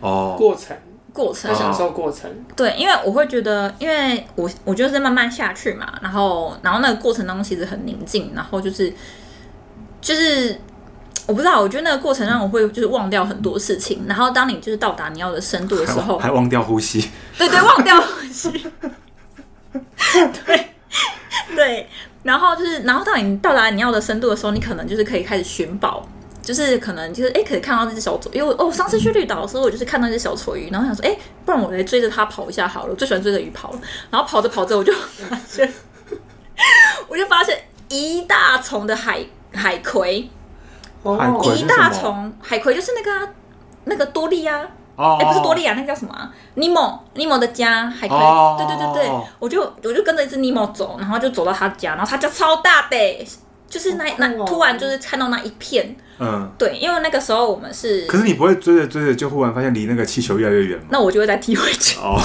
[SPEAKER 2] 哦，
[SPEAKER 1] 过程，
[SPEAKER 3] 过
[SPEAKER 1] 他
[SPEAKER 3] 程。
[SPEAKER 1] 享受过程，
[SPEAKER 3] 对，因为我会觉得，因为我我就是慢慢下去嘛，然后然后那个过程当中其实很宁静，然后就是就是。我不知道，我觉得那个过程让我会就是忘掉很多事情，然后当你就是到达你要的深度的时候，
[SPEAKER 2] 还忘掉呼吸，
[SPEAKER 3] 对对，忘掉呼吸。 对对，然后就是，然后到你到达你要的深度的时候，你可能就是可以开始寻宝，就是可能就是哎，可以看到这只小丑，因为我哦，我上次去绿岛的时候，我就是看到一只小丑鱼，然后想说，哎，不然我来追着它跑一下好了，我最喜欢追着鱼跑了。然后跑着跑着，我就发现，我就发现一大丛的海海葵，
[SPEAKER 2] 海葵
[SPEAKER 1] 哦，
[SPEAKER 2] 是
[SPEAKER 3] 一
[SPEAKER 2] 什
[SPEAKER 3] 大
[SPEAKER 2] 么
[SPEAKER 3] 丛海葵就是那个、啊、那个多利啊，
[SPEAKER 2] 哦，
[SPEAKER 3] 哎、不是多利亚，那个叫什么、啊？尼莫，尼莫的家还可以。
[SPEAKER 2] 哦
[SPEAKER 3] 对对对对，我就我就跟着一只尼莫走，然后就走到他家，然后他家超大的欸、就是那那
[SPEAKER 1] 好酷哦
[SPEAKER 3] 突然就是看到那一片，
[SPEAKER 2] 嗯，
[SPEAKER 3] 对，因为那个时候我们是，
[SPEAKER 2] 可是你不会追着追着就忽然发现离那个气球越来越远吗？
[SPEAKER 3] 那我就会再踢回去，
[SPEAKER 2] 哦，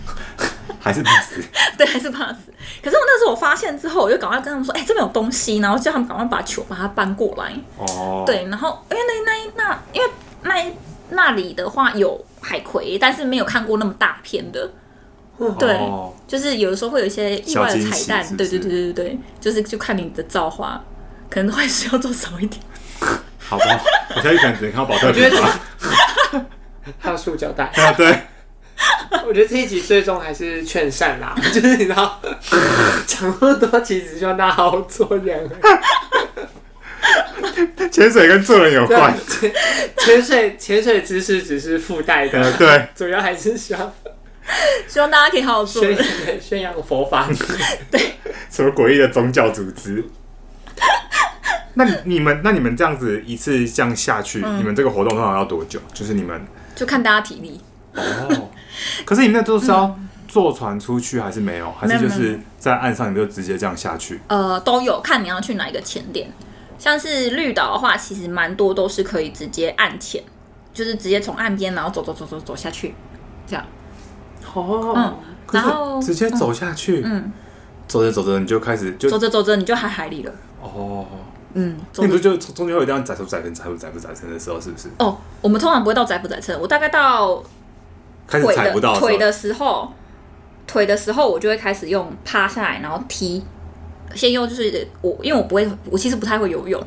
[SPEAKER 2] 还是怕死。
[SPEAKER 3] 对，还是怕死。可是我那时候我发现之后，我就赶快跟他们说，哎、这边有东西，然后叫他们赶快把球把它搬过来。
[SPEAKER 2] 哦，，
[SPEAKER 3] 对，然后因为那那一那因为那一那里的话有海葵，但是没有看过那么大片的，
[SPEAKER 1] 嗯
[SPEAKER 3] 对。
[SPEAKER 2] 哦、
[SPEAKER 3] 就是有的时候会有一些意外的彩蛋，
[SPEAKER 2] 小惊喜
[SPEAKER 3] 对
[SPEAKER 2] 是
[SPEAKER 3] 对
[SPEAKER 2] 不
[SPEAKER 3] 对对对，就是就看你的造化，可能坏事要做少一点。
[SPEAKER 2] 好吧，我下去可能只能看到保特
[SPEAKER 1] 我觉
[SPEAKER 2] 瓶
[SPEAKER 1] 得
[SPEAKER 2] 吧。
[SPEAKER 1] 还有塑胶袋。
[SPEAKER 2] 对啊， 对，
[SPEAKER 1] 我觉得这一集最终还是劝善啦， 就是你知道，讲那么多其实就那好做人，
[SPEAKER 2] 潜水跟做人有
[SPEAKER 1] 对啊
[SPEAKER 2] 关。
[SPEAKER 1] 潜潜水潜水知识只是附带
[SPEAKER 2] 呃，
[SPEAKER 1] 的，
[SPEAKER 2] 对，
[SPEAKER 1] 主要还是希望
[SPEAKER 3] 希望大家可以好好做
[SPEAKER 1] 宣
[SPEAKER 3] 人。
[SPEAKER 1] 扬宣扬佛法。
[SPEAKER 2] 什么诡异的宗教组织？那你你们那你们这样子一次这样下去，你们这个活动通常要多久？就是你们
[SPEAKER 3] 就看大家体力。
[SPEAKER 2] 哦，可是你们那都是要坐船出去还是没有？还是
[SPEAKER 3] 没
[SPEAKER 2] 就
[SPEAKER 3] 有没有
[SPEAKER 2] 是在岸上你们就直接这样下去？
[SPEAKER 3] 呃，都有看你要去哪一个潜点。像是绿岛的话，其实蛮多都是可以直接岸潜，就是直接从岸边，然后走走走走走下去，这样。
[SPEAKER 1] 哦
[SPEAKER 3] 嗯，
[SPEAKER 2] 可
[SPEAKER 3] 然
[SPEAKER 2] 是
[SPEAKER 3] 后
[SPEAKER 2] 直接走下去，
[SPEAKER 3] 嗯，
[SPEAKER 2] 走着走着你就开始就
[SPEAKER 3] 走着走着你就海海里了。
[SPEAKER 2] 哦，
[SPEAKER 3] 嗯，
[SPEAKER 2] 你
[SPEAKER 3] 总
[SPEAKER 2] 不
[SPEAKER 3] 之
[SPEAKER 2] 是就中中间会有一段载浮载沉、载浮载浮载沉的时候，是不是？
[SPEAKER 3] 哦，我们通常不会到载不载称，我大概到
[SPEAKER 2] 开始
[SPEAKER 3] 腿
[SPEAKER 2] 踩不
[SPEAKER 3] 的
[SPEAKER 2] 到
[SPEAKER 3] 腿
[SPEAKER 2] 的时
[SPEAKER 3] 的时候，腿的时候我就会开始用趴下来，然后踢。先用就是我，因为我不会，我其实不太会游泳。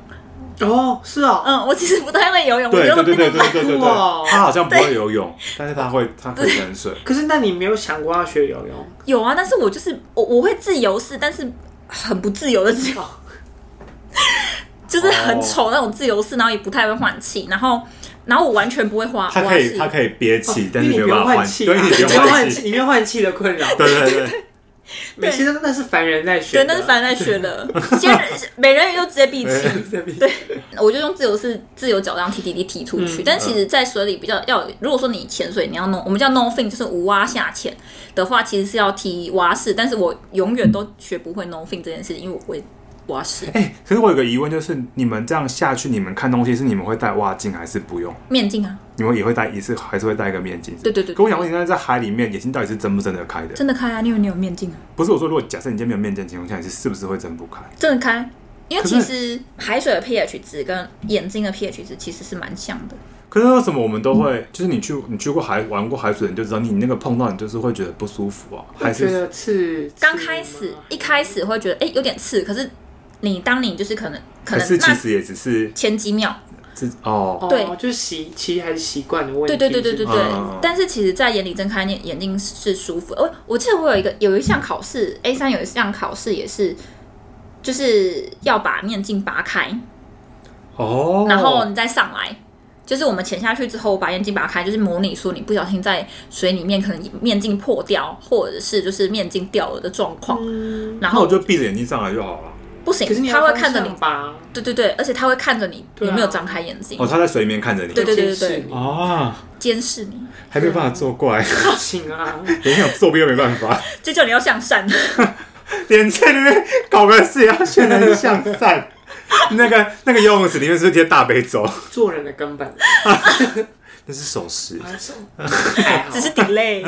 [SPEAKER 1] 哦，是哦，
[SPEAKER 3] 嗯，我其实不太会游泳，
[SPEAKER 2] 候，
[SPEAKER 3] 我
[SPEAKER 2] 对
[SPEAKER 3] 就
[SPEAKER 2] 对对对对对对对，
[SPEAKER 1] 酷哦
[SPEAKER 2] 他好像不会游泳，但是他会他会潜水。
[SPEAKER 1] 可是那你没有想过要学游泳？
[SPEAKER 3] 有啊，但是我就是我我会自由式，但是很不自由的自由，
[SPEAKER 1] 哦
[SPEAKER 3] 就是
[SPEAKER 2] 哦
[SPEAKER 3] 很丑那种自由式，然后也不太会换气，然后然后我完全不会换
[SPEAKER 2] 他
[SPEAKER 3] 换
[SPEAKER 2] 可以
[SPEAKER 3] 气
[SPEAKER 2] 他。可以憋气，但
[SPEAKER 1] 哦因
[SPEAKER 2] 是
[SPEAKER 1] 为
[SPEAKER 2] 没
[SPEAKER 1] 你
[SPEAKER 2] 有
[SPEAKER 1] 不用
[SPEAKER 2] 办法
[SPEAKER 1] 换
[SPEAKER 2] 换
[SPEAKER 1] 气
[SPEAKER 2] 对，
[SPEAKER 1] 啊，
[SPEAKER 2] 你
[SPEAKER 1] 你不用换气，
[SPEAKER 2] 不用换气。
[SPEAKER 1] 你没有换气的困扰，
[SPEAKER 2] 对对对对，
[SPEAKER 1] 每次都那是凡人在学
[SPEAKER 3] 对，
[SPEAKER 1] 的，
[SPEAKER 3] 那 是凡人在学的，现在美人鱼就直接闭气，
[SPEAKER 1] 人。
[SPEAKER 3] 对我就用自由式自由脚这样踢踢踢踢出
[SPEAKER 1] 嗯
[SPEAKER 3] 去。但其实，在水里比较要，如果说你潜水你要弄，我们叫 no fin，就是无蛙下潜的话，其实是要踢蛙式，但是我永远都学不会 no fin 这件事，因为我不会蛙式。
[SPEAKER 2] 哎、可是我有个疑问，就是你们这样下去，你们看东西是你们会戴蛙镜还是不用？
[SPEAKER 3] 面镜啊，
[SPEAKER 2] 你们也会戴一次，还是会戴一个面镜？
[SPEAKER 3] 对对对
[SPEAKER 2] 可我想问你，那在海里面，眼睛到底是睁不睁得开的？
[SPEAKER 3] 真的开啊，因为你有面镜啊。
[SPEAKER 2] 不是我说，如果假设你今天没有面镜的情况下，你是是不是会睁不开？
[SPEAKER 3] 正开，因为
[SPEAKER 2] 可
[SPEAKER 3] 其
[SPEAKER 2] 是
[SPEAKER 3] 实海水的 pH 值跟眼睛的 pH 值其实是蛮像的。
[SPEAKER 2] 可是为什么我们都会，就是你去你去过海玩过海水，你就知道你那个碰到你就是会觉得不舒服啊，还
[SPEAKER 1] 我觉
[SPEAKER 2] 是
[SPEAKER 1] 得刺
[SPEAKER 3] 刚开始一开始会觉得哎、诶有点刺，可是你当你就是可能可
[SPEAKER 2] 还
[SPEAKER 3] 能
[SPEAKER 2] 是其
[SPEAKER 3] 那
[SPEAKER 2] 实也只是
[SPEAKER 3] 前几秒，
[SPEAKER 2] 自哦，
[SPEAKER 1] 哦
[SPEAKER 3] 对
[SPEAKER 1] 就是习其实还是习惯的问
[SPEAKER 3] 对
[SPEAKER 1] 题。
[SPEAKER 3] 对对对
[SPEAKER 1] 是
[SPEAKER 3] 对
[SPEAKER 1] 吗
[SPEAKER 3] 对。
[SPEAKER 2] 嗯
[SPEAKER 3] 但是其实，在眼里睁开眼眼睛是舒服。我我记得我有一个有一项考试 A 三有一项考试也是。就是要把面镜拔开，
[SPEAKER 2] 哦，
[SPEAKER 3] 然后你再上来。就是我们潜下去之后，我把眼镜拔开，就是模拟说你不小心在水里面可能面镜破掉，或者是就是面镜掉了的状况。
[SPEAKER 1] 嗯
[SPEAKER 3] 然
[SPEAKER 2] 那我
[SPEAKER 3] 后
[SPEAKER 2] 就闭着眼睛上来就好了。
[SPEAKER 3] 不行
[SPEAKER 1] 可是你，要
[SPEAKER 3] 他会
[SPEAKER 1] 方
[SPEAKER 3] 看着你
[SPEAKER 1] 向，吧？
[SPEAKER 3] 对对对，而且他会看着你
[SPEAKER 1] 对啊
[SPEAKER 3] 有没有张开眼睛
[SPEAKER 2] 哦，，他在水里面看着你，
[SPEAKER 3] 对对对
[SPEAKER 1] 监
[SPEAKER 3] 对
[SPEAKER 1] 视
[SPEAKER 3] 对
[SPEAKER 1] 你
[SPEAKER 2] 啊，
[SPEAKER 3] 监视你，
[SPEAKER 2] 还没办法作怪，
[SPEAKER 1] 不行啊，
[SPEAKER 2] 连想作弊都没办法，
[SPEAKER 3] 就叫你要向善。
[SPEAKER 2] 连在那边搞个事也要宣人向善。 那个那个游泳池里面是不是贴大悲咒，
[SPEAKER 1] 做人的根本。
[SPEAKER 2] 那是手势。
[SPEAKER 1] 还 手，还好
[SPEAKER 3] 只是 delay。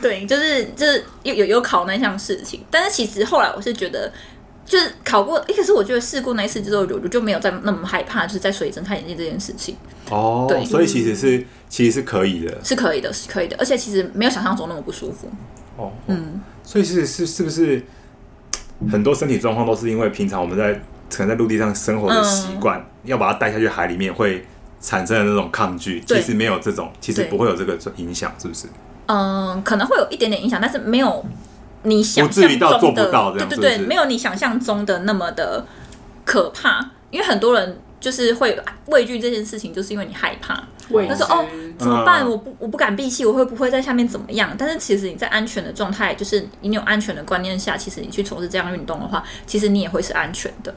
[SPEAKER 3] 对，就是就是有有有考那项事情，但是其实后来我是觉得，就是考过，诶可是我觉得试过那一次之后，我就我就没有再那么害怕，就是在水里睁开眼睛这件事情
[SPEAKER 2] 哦
[SPEAKER 3] 对，
[SPEAKER 2] 所以其实是其实是可以的
[SPEAKER 3] 是可以的，是可以的，而且其实没有想象中那么不舒服。
[SPEAKER 2] 哦。
[SPEAKER 3] 嗯，
[SPEAKER 2] 所以是是是不是很多身体状况都是因为平常我们在可能在陆地上生活的习惯，
[SPEAKER 3] 嗯
[SPEAKER 2] 要把它带下去海里面会产生的那种抗拒，
[SPEAKER 3] 对
[SPEAKER 2] 其实没有这种，其实
[SPEAKER 3] 对
[SPEAKER 2] 不会有这个影响，是不是？
[SPEAKER 3] 嗯，可能会有一点点影响，但是没有你想
[SPEAKER 2] 不至于
[SPEAKER 3] 象
[SPEAKER 2] 到做
[SPEAKER 3] 中
[SPEAKER 2] 不
[SPEAKER 3] 的，
[SPEAKER 2] 到这
[SPEAKER 3] 对
[SPEAKER 2] 样是
[SPEAKER 3] 对
[SPEAKER 2] 不
[SPEAKER 3] 对，
[SPEAKER 2] 是
[SPEAKER 3] 没有你想象中的那么的可怕，因为很多人就是会畏惧这件事情，就是因为你害怕。
[SPEAKER 1] 未
[SPEAKER 3] 他
[SPEAKER 1] 知
[SPEAKER 3] 说哦，怎么办？
[SPEAKER 2] 嗯
[SPEAKER 3] 我不我不敢闭气，我会不会在下面怎么样？但是其实你在安全的状态，就是你有安全的观念下，其实你去从事这样运动的话，其实你也会是安全的。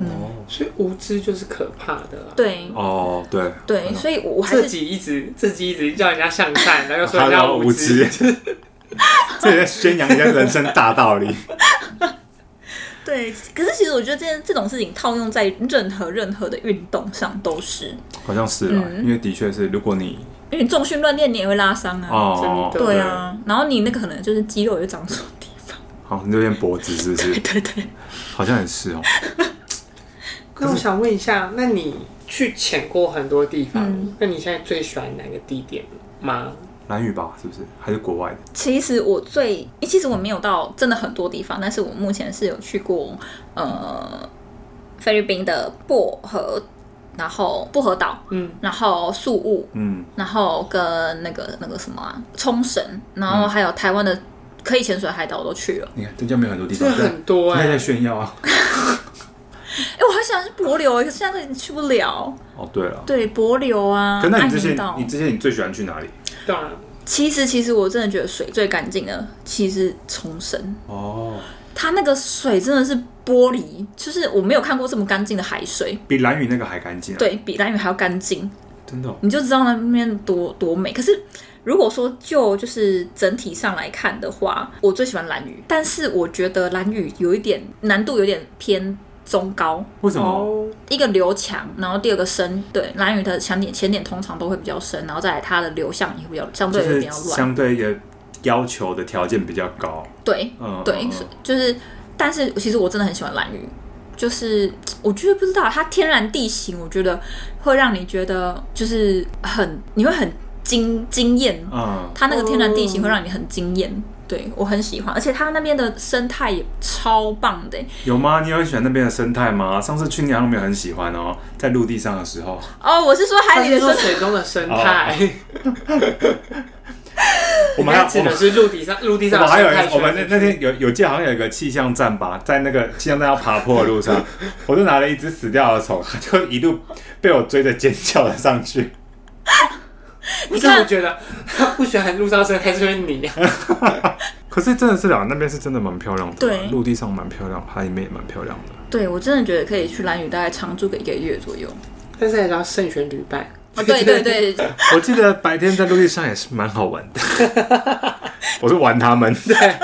[SPEAKER 2] 哦
[SPEAKER 1] 所以无知就是可怕的啦。
[SPEAKER 3] 对
[SPEAKER 2] 哦，对
[SPEAKER 3] 对，所以我我还
[SPEAKER 1] 自
[SPEAKER 3] 是
[SPEAKER 1] 己一直自己一直叫人家向善，然后又说
[SPEAKER 2] 还
[SPEAKER 1] 人家
[SPEAKER 2] 有无
[SPEAKER 1] 无
[SPEAKER 2] 知，
[SPEAKER 1] 知，
[SPEAKER 2] 这也在宣扬人家人生大道理。
[SPEAKER 3] 对。可是其实我觉得这件这种事情套用在任何任何的运动上都是，
[SPEAKER 2] 好像是啦，
[SPEAKER 3] 嗯
[SPEAKER 2] 因为的确是，如果你
[SPEAKER 3] 因为你重训乱练，你也会拉伤啊。
[SPEAKER 2] 哦，
[SPEAKER 1] 真的
[SPEAKER 3] 对，啊，然后你那个可能就是肌肉又长错地方。
[SPEAKER 2] 好，你这边脖子是不 是？
[SPEAKER 3] 对对对，
[SPEAKER 2] 好像也是哦。
[SPEAKER 1] 那我想问一下，那你去潜过很多地方，
[SPEAKER 3] 嗯
[SPEAKER 1] 那你现在最喜欢哪个地点吗？
[SPEAKER 2] 蓝雨吧，是不是？还是国外的？
[SPEAKER 3] 其实我最，诶其实我没有到真的很多地方，但是我目前是有去过呃菲律宾的薄荷，然后薄荷岛，
[SPEAKER 1] 嗯，
[SPEAKER 3] 然后宿务，
[SPEAKER 2] 嗯，
[SPEAKER 3] 然后跟那个那个什么、啊、冲绳，然后还有台湾的可以潜水海岛我都去了。
[SPEAKER 2] 你看，这就没有很多地
[SPEAKER 1] 这
[SPEAKER 2] 方，
[SPEAKER 1] 很多
[SPEAKER 2] 你
[SPEAKER 1] 哎、
[SPEAKER 2] 还在炫耀啊。
[SPEAKER 3] 哎、我好想去帛琉，可是现在去不了。
[SPEAKER 2] 哦，对了，
[SPEAKER 3] 对，帛琉啊，
[SPEAKER 2] 可那你之
[SPEAKER 3] 爱
[SPEAKER 2] 前
[SPEAKER 3] 明岛
[SPEAKER 2] 你之前你最喜欢去哪里？
[SPEAKER 1] 对啊，
[SPEAKER 3] 其实其实我真的觉得水最干净的，其实是冲绳。
[SPEAKER 2] 哦，
[SPEAKER 3] 它那个水真的是玻璃，就是我没有看过这么干净的海水，
[SPEAKER 2] 比蓝屿那个还干净、啊。，
[SPEAKER 3] 对比蓝屿还要干净，
[SPEAKER 2] 真的、哦。
[SPEAKER 3] 你就知道那边多多美。可是如果说就就是整体上来看的话，我最喜欢蓝屿，但是我觉得蓝屿有一点难度，有点偏中高。
[SPEAKER 2] 为什么？
[SPEAKER 1] 哦，
[SPEAKER 3] 一个流强，然后第二个深，对蓝屿的强点浅点通常都会比较深，然后再来它的流向也会比较相
[SPEAKER 2] 就
[SPEAKER 3] 对
[SPEAKER 2] 是
[SPEAKER 3] 比较乱，
[SPEAKER 2] 相对的要求的条件比较高。
[SPEAKER 3] 对
[SPEAKER 2] 嗯，
[SPEAKER 3] 对
[SPEAKER 2] 嗯，
[SPEAKER 3] 所以就是但是其实我真的很喜欢蓝屿，就是我觉得不知道它天然地形，我觉得会让你觉得就是很你会很惊惊艳，
[SPEAKER 2] 嗯，
[SPEAKER 3] 它那个天然地形会让你很惊艳。对我很喜欢，而且它那边的生态也超棒的、
[SPEAKER 2] 有吗？你有很喜欢那边的生态吗？上次去你好像没有很喜欢哦，在陆地上的时候，
[SPEAKER 3] 哦，我是说
[SPEAKER 1] 他
[SPEAKER 3] 海里的
[SPEAKER 1] 是
[SPEAKER 3] 生
[SPEAKER 1] 说
[SPEAKER 3] 态，
[SPEAKER 1] 水中的生态，
[SPEAKER 2] 哦我
[SPEAKER 1] 应
[SPEAKER 2] 们
[SPEAKER 1] 该
[SPEAKER 2] 还有
[SPEAKER 1] 指
[SPEAKER 2] 我们
[SPEAKER 1] 的是陆地上陆地
[SPEAKER 2] 我
[SPEAKER 1] 上的
[SPEAKER 2] 们还有
[SPEAKER 1] 生态
[SPEAKER 2] 一
[SPEAKER 1] 圈。
[SPEAKER 2] 我们那那天有有记得好像有一个气象站吧，在那个 气象站要爬坡的路上， 我就拿了一只死掉的虫，它就一路被我追着尖叫了上去。
[SPEAKER 1] 不是我啊觉得他不喜欢陆上生态，就是你啊。
[SPEAKER 2] 可是真的是啊，那边是真的蛮漂亮的，啊
[SPEAKER 3] 对
[SPEAKER 2] 陆地上蛮漂亮，海里面也蛮漂亮的。
[SPEAKER 3] 对我真的觉得可以去蓝屿，大概常住个一个月左右。
[SPEAKER 1] 但是还是要慎选旅伴。
[SPEAKER 3] 哦，对对 对，
[SPEAKER 2] 我记得白天在陆地上也是蛮好玩的， 我是玩他 们。对，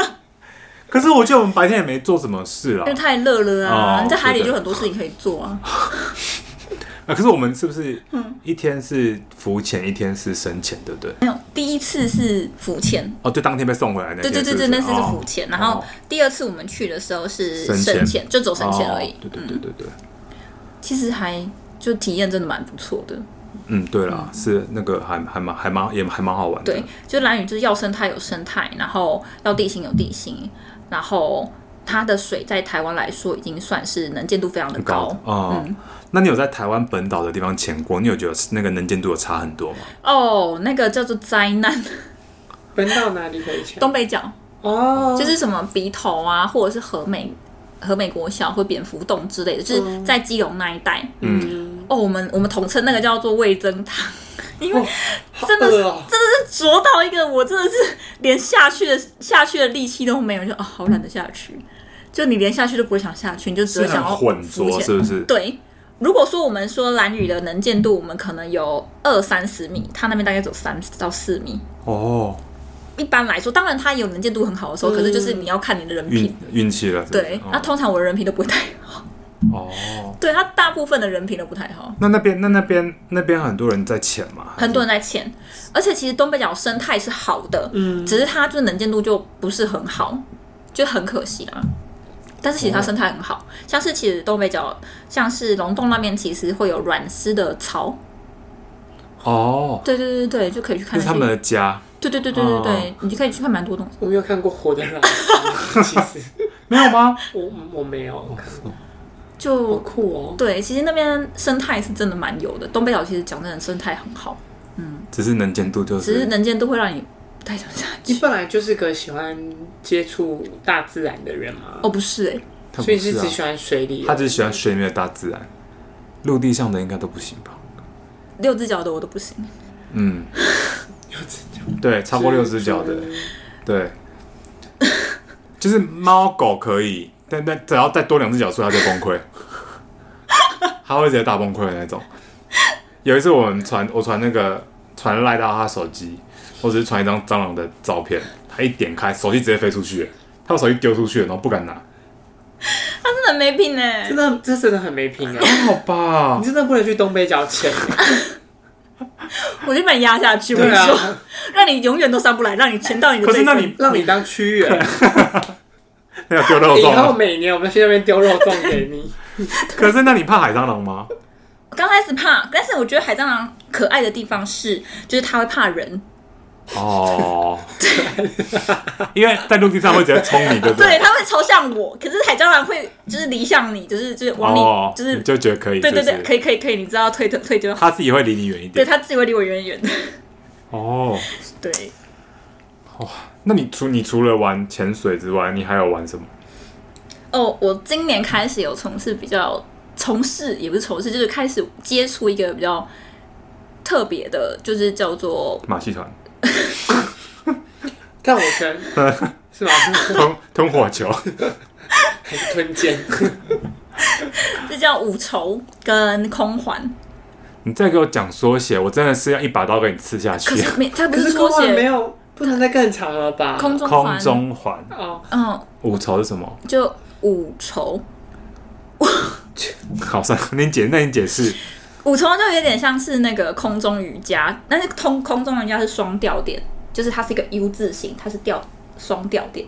[SPEAKER 2] 可是我觉得我们白天也没做什么事啊
[SPEAKER 3] 因为。太热了
[SPEAKER 2] 哦
[SPEAKER 3] 啊，你在海里
[SPEAKER 2] 是的
[SPEAKER 3] 就很多事情可以做啊。
[SPEAKER 2] 啊，可是我们是不是
[SPEAKER 3] 嗯
[SPEAKER 2] 一天是浮潜，一天是深潜，对不对？
[SPEAKER 3] 没有，第一次是浮潜，
[SPEAKER 2] 哦，就当天被送回来那
[SPEAKER 3] 对
[SPEAKER 2] 天
[SPEAKER 3] 对对对，
[SPEAKER 2] 不
[SPEAKER 3] 那次是浮
[SPEAKER 2] 哦
[SPEAKER 3] 潜。然后
[SPEAKER 2] 哦
[SPEAKER 3] 第二次我们去的时候是
[SPEAKER 2] 深潜
[SPEAKER 3] 深潜，就走深潜而已
[SPEAKER 2] 哦。对对对对对，
[SPEAKER 3] 其实还就体验真的蛮不错的。
[SPEAKER 2] 嗯，对啦，是那个还还蛮还蛮也还蛮好玩的。
[SPEAKER 3] 对，就蓝屿就是要生态有生态，然后要地形有地形，然后它的水在台湾来说已经算是能见度非常的
[SPEAKER 2] 很
[SPEAKER 3] 高。嗯
[SPEAKER 2] 的哦。那你有在台湾本岛的地方潜过？你有觉得那个能见度有差很多吗？
[SPEAKER 3] 哦，那个叫做灾难，
[SPEAKER 1] 分到哪里可以去？
[SPEAKER 3] 东北角。
[SPEAKER 1] 哦，
[SPEAKER 3] 就是什么鼻头啊，或者是和美和美国小或蝙蝠洞之类的，就是在基隆那一带。
[SPEAKER 1] 嗯，
[SPEAKER 3] 哦，我们我们统称那个叫做味增汤，因为
[SPEAKER 1] 好
[SPEAKER 3] 真的是
[SPEAKER 1] 饿哦
[SPEAKER 3] 灼到一个我真的是连下去的下去的力气都没有，就啊、好懒得下去。就你连下去都不会想下去，你就只
[SPEAKER 2] 是
[SPEAKER 3] 会想
[SPEAKER 2] 很
[SPEAKER 3] 要
[SPEAKER 2] 混浊，
[SPEAKER 3] 浮潜
[SPEAKER 2] 是不是？
[SPEAKER 3] 对，如果说我们说蓝屿的能见度，我们可能有二三十米，它那边大概走三到四米。
[SPEAKER 2] 哦，
[SPEAKER 3] 一般来说，当然它有能见度很好的时候，可是就是你要看你的人品
[SPEAKER 2] 运运气了。是不是
[SPEAKER 3] 对，
[SPEAKER 2] 嗯
[SPEAKER 3] 啊
[SPEAKER 2] 哦
[SPEAKER 3] 那、通常我的人品都不会太好，
[SPEAKER 2] 哦，
[SPEAKER 3] 对他大部分的人品都不太好，
[SPEAKER 2] 那那边那那边那边很多人在潜嘛，
[SPEAKER 3] 很多人在潜，而且其实东北角生态是好的，
[SPEAKER 1] 嗯
[SPEAKER 3] 只是它就是能见度就不是很好，就很可惜啦。但是其实它生态很好，像是其实东北角，像是龙洞那边其实会有软丝的草，
[SPEAKER 2] 哦，
[SPEAKER 3] 对对对对对，就可以去看
[SPEAKER 2] 这是
[SPEAKER 3] 那
[SPEAKER 2] 他们哦
[SPEAKER 3] 些，
[SPEAKER 2] 的家。
[SPEAKER 3] 对对对对对对，你就可以去看蛮多东西。
[SPEAKER 1] 我没有看过活的老师，其实
[SPEAKER 2] 没有吗？
[SPEAKER 1] 我我没有看过，好
[SPEAKER 3] 就
[SPEAKER 1] 酷哦。
[SPEAKER 3] 对，其实那边生态是真的蛮有的，东北角其实讲真的生态很好，
[SPEAKER 2] 只是能见度就
[SPEAKER 3] 只是
[SPEAKER 2] 是
[SPEAKER 3] 能见度会让你不太想下
[SPEAKER 1] 你
[SPEAKER 3] 去。
[SPEAKER 1] 本来就是个喜欢接触大自然的人嘛，
[SPEAKER 3] 哦，不是哎、欸
[SPEAKER 2] 他
[SPEAKER 1] 所以
[SPEAKER 2] 不
[SPEAKER 1] 你是
[SPEAKER 2] 是
[SPEAKER 1] 只
[SPEAKER 2] 啊，
[SPEAKER 1] 喜欢水里。
[SPEAKER 2] 他只喜欢水里面的大自然，陆地上的应该都不行吧？
[SPEAKER 3] 六只脚的我都 不行。
[SPEAKER 2] 嗯，
[SPEAKER 1] 有只脚
[SPEAKER 2] 对，超过六只脚的，对，就是猫狗可以，但但只要再多两只脚，所以它就崩溃，它会直接大崩溃的那种。有一次我们传我传那个传赖到他手机，我只是传一张蟑螂的照片，他一点开手机直接飞出去，他把手机丢出去了，然后不敢拿，
[SPEAKER 3] 他真的很没欸品呢、
[SPEAKER 1] 真的这真的很没品 哎，
[SPEAKER 2] 还好吧
[SPEAKER 1] 你？真的不能去东北角潜。
[SPEAKER 3] 我就把你压下去，我跟
[SPEAKER 1] 对
[SPEAKER 3] 你
[SPEAKER 1] 啊
[SPEAKER 3] 说，让你永远都上不来，让你潜到你的
[SPEAKER 2] 可是
[SPEAKER 3] 最深。
[SPEAKER 2] 那你
[SPEAKER 1] 让你当区员，
[SPEAKER 2] 那要丢肉
[SPEAKER 1] 以
[SPEAKER 2] 粽
[SPEAKER 1] 哎后
[SPEAKER 2] 吗，
[SPEAKER 1] 每年我们去那边丢肉粽给 你。
[SPEAKER 2] 可是那你怕海蟑螂吗？
[SPEAKER 3] 我刚开始怕，但是我觉得海蟑螂可爱的地方是，就是它会怕人，
[SPEAKER 2] 哦， 因为在陆地上会直接冲你，对不
[SPEAKER 3] 对，它会朝向我，可是海蟑螂会就是离向你，就是就是往你，
[SPEAKER 2] 哦，
[SPEAKER 3] 就是
[SPEAKER 2] 你就觉得可以，
[SPEAKER 3] 对对
[SPEAKER 2] 是不
[SPEAKER 3] 对，
[SPEAKER 2] 是
[SPEAKER 3] 可以可以可以，你知道退退退就好。
[SPEAKER 2] 他自己会离你远一
[SPEAKER 3] 对，
[SPEAKER 2] 点。
[SPEAKER 3] 它自己会离我远远的。
[SPEAKER 2] 哦，
[SPEAKER 3] 对，
[SPEAKER 2] 那你除你除了玩潜水之外，你还有玩什么？
[SPEAKER 3] 哦，我今年开始有从事比较从事，也不是从事，就是开始接触一个比较特别的，就是叫做
[SPEAKER 2] 马戏 团、
[SPEAKER 1] 看我拳 是吗？
[SPEAKER 2] 吞吞火球，
[SPEAKER 1] 还是吞剑？
[SPEAKER 3] 这叫五筹跟 空环，
[SPEAKER 2] 你再给我讲缩写，我真的是要一把刀给你刺下
[SPEAKER 3] 可
[SPEAKER 2] 去。
[SPEAKER 3] 是没，它不
[SPEAKER 1] 可是
[SPEAKER 3] 缩
[SPEAKER 1] 空环没
[SPEAKER 3] 写
[SPEAKER 1] 有，不能再更长了吧？
[SPEAKER 3] 空中
[SPEAKER 2] 啊空
[SPEAKER 3] 环，
[SPEAKER 2] 中环
[SPEAKER 1] 哦，
[SPEAKER 3] 嗯，
[SPEAKER 2] 五筹是什么？
[SPEAKER 3] 就五筹，
[SPEAKER 2] 好，算了你解，那你解释。
[SPEAKER 3] 五筹就有点像是那个空中瑜伽，但是空空中瑜伽是双吊点，就是它是一个 U 字形，它是吊双吊点，